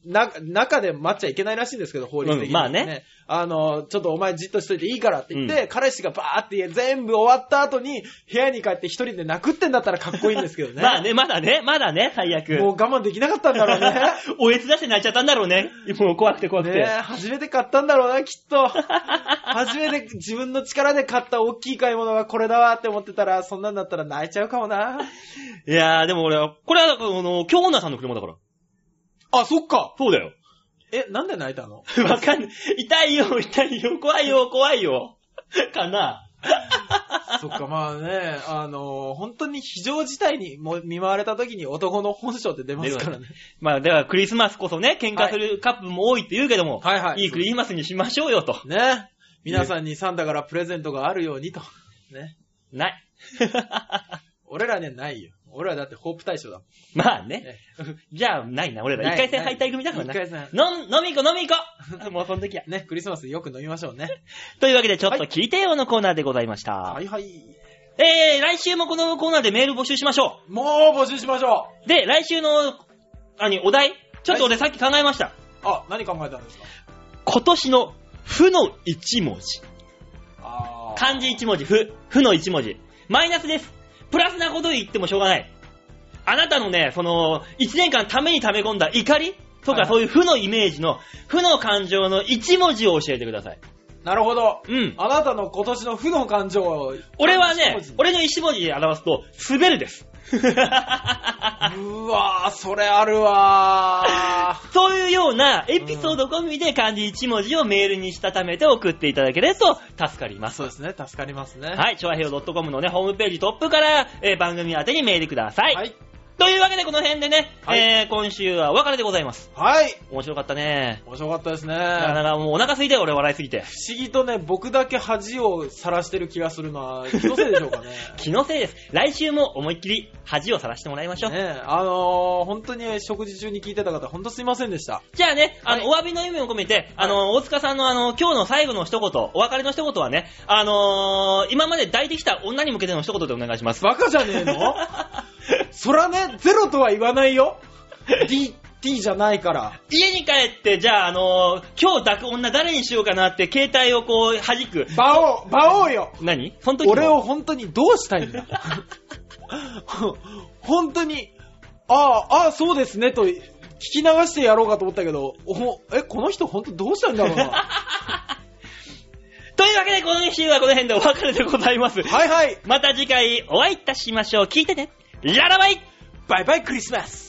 な、中で待っちゃいけないらしいんですけど、法律的に、うんまあね。あのー、ちょっとお前じっとしといていいからって言って、彼氏がバーって家全部終わった後に、部屋に帰って一人で泣くってんだったらかっこいいんですけど ね。まあね、まだね、まだね、最悪。もう我慢できなかったんだろう ね。おえつ出して泣いちゃったんだろうね。もう怖くて怖くて。ねえ、初めて買ったんだろうな、きっと。初めて自分の力で買った大きい買い物がこれだわって思ってたら、そんなんだったら泣いちゃうかもな。いやー、でも俺は、これは、この、京奈さんの車だから。あ、そっか。そう だよ。え、なんで泣いたのわかんない。痛いよ、痛いよ、怖いよ、怖いよ。かな。 そっか、まあね、あのー本当に非常事態にも見舞われた時に男の本性って出ますからね。まあ、では、クリスマスこそね、喧嘩するカップルも多いって言うけども、はいはいいクリスマスにしましょうよ、と。ね。皆さんにサンタからプレゼントがあるようにと。ね。ない。 俺らね、ないよ。俺らだってホープ対象だもん。まあね。じゃあ、ないな、俺ら。ない一回戦敗退組だから一な。回戦。飲ん飲み行こう、飲み 行こうもうその時は。ね、クリスマスよく飲みましょうね。というわけで、ちょっと聞いてよのコーナーでございました。はいはい。えー、来週もこのコーナーでメール募集しましょもう募集しましょう。で、来週の、あに、お題。ちょっと俺さっき考えました。うあ、何考えたんですか今年の、負の一文字。あー漢字一文字、負。負の一文字。マイナスです。プラスなこと言ってもしょうがない。あなたのね、その、一年間ために溜め込んだ怒りとはかいそういう負のイメージの、負の感情の一文字を教えてください。なるほど。うん。あなたの今年の負の感情を。俺はね一文字、俺の一文字で表すと、滑る です。うわー、それあるわそういうようなエピソード込みで漢字1文字をメールにしたためて送っていただけると助かりまー。す。 そうですね、助かりますね。はい、超平洋 .com のね、ホームページトップから、えー番組宛てにメールください。はい。というわけでこの辺でね、はいえー今週はお別れでございます。はい。面白かったね。面白かったですね。なかなかもうお腹空いたよ、俺笑いすぎて。不思議とね、僕だけ恥をさらしてる気がするのは、気のせいでしょう かね。気のせいです。来週も思いっきり恥をさらしてもらいましょう。ねえあのー、本当に食事中に聞いてた方、本当すいませんでした。じゃあね、あの、はお詫びの意味を込めて、あの、大塚さんのあの、今日の最後の一言、お別れの一言はね、あのー今まで抱いてきた女に向けての一言でお願いします。バカじゃねえ のそらね、ゼロとは言わないよ。D、D じゃないから。家に帰って、じゃあ、あのー今日抱く女誰にしようかなって、携帯をこう、弾く。馬王、馬王よ。何その時も俺を。本当にどうしたいんだ 本当に、ああ、ああ、そうですねと聞き流してやろうかと思ったけど、おえ、この人本当どうしたんだろう な。というわけで、今週はこの辺でお別れでございます。はいはい、また次回お会いいたしましょう。聞いてね。ララバイバイバイクリスマス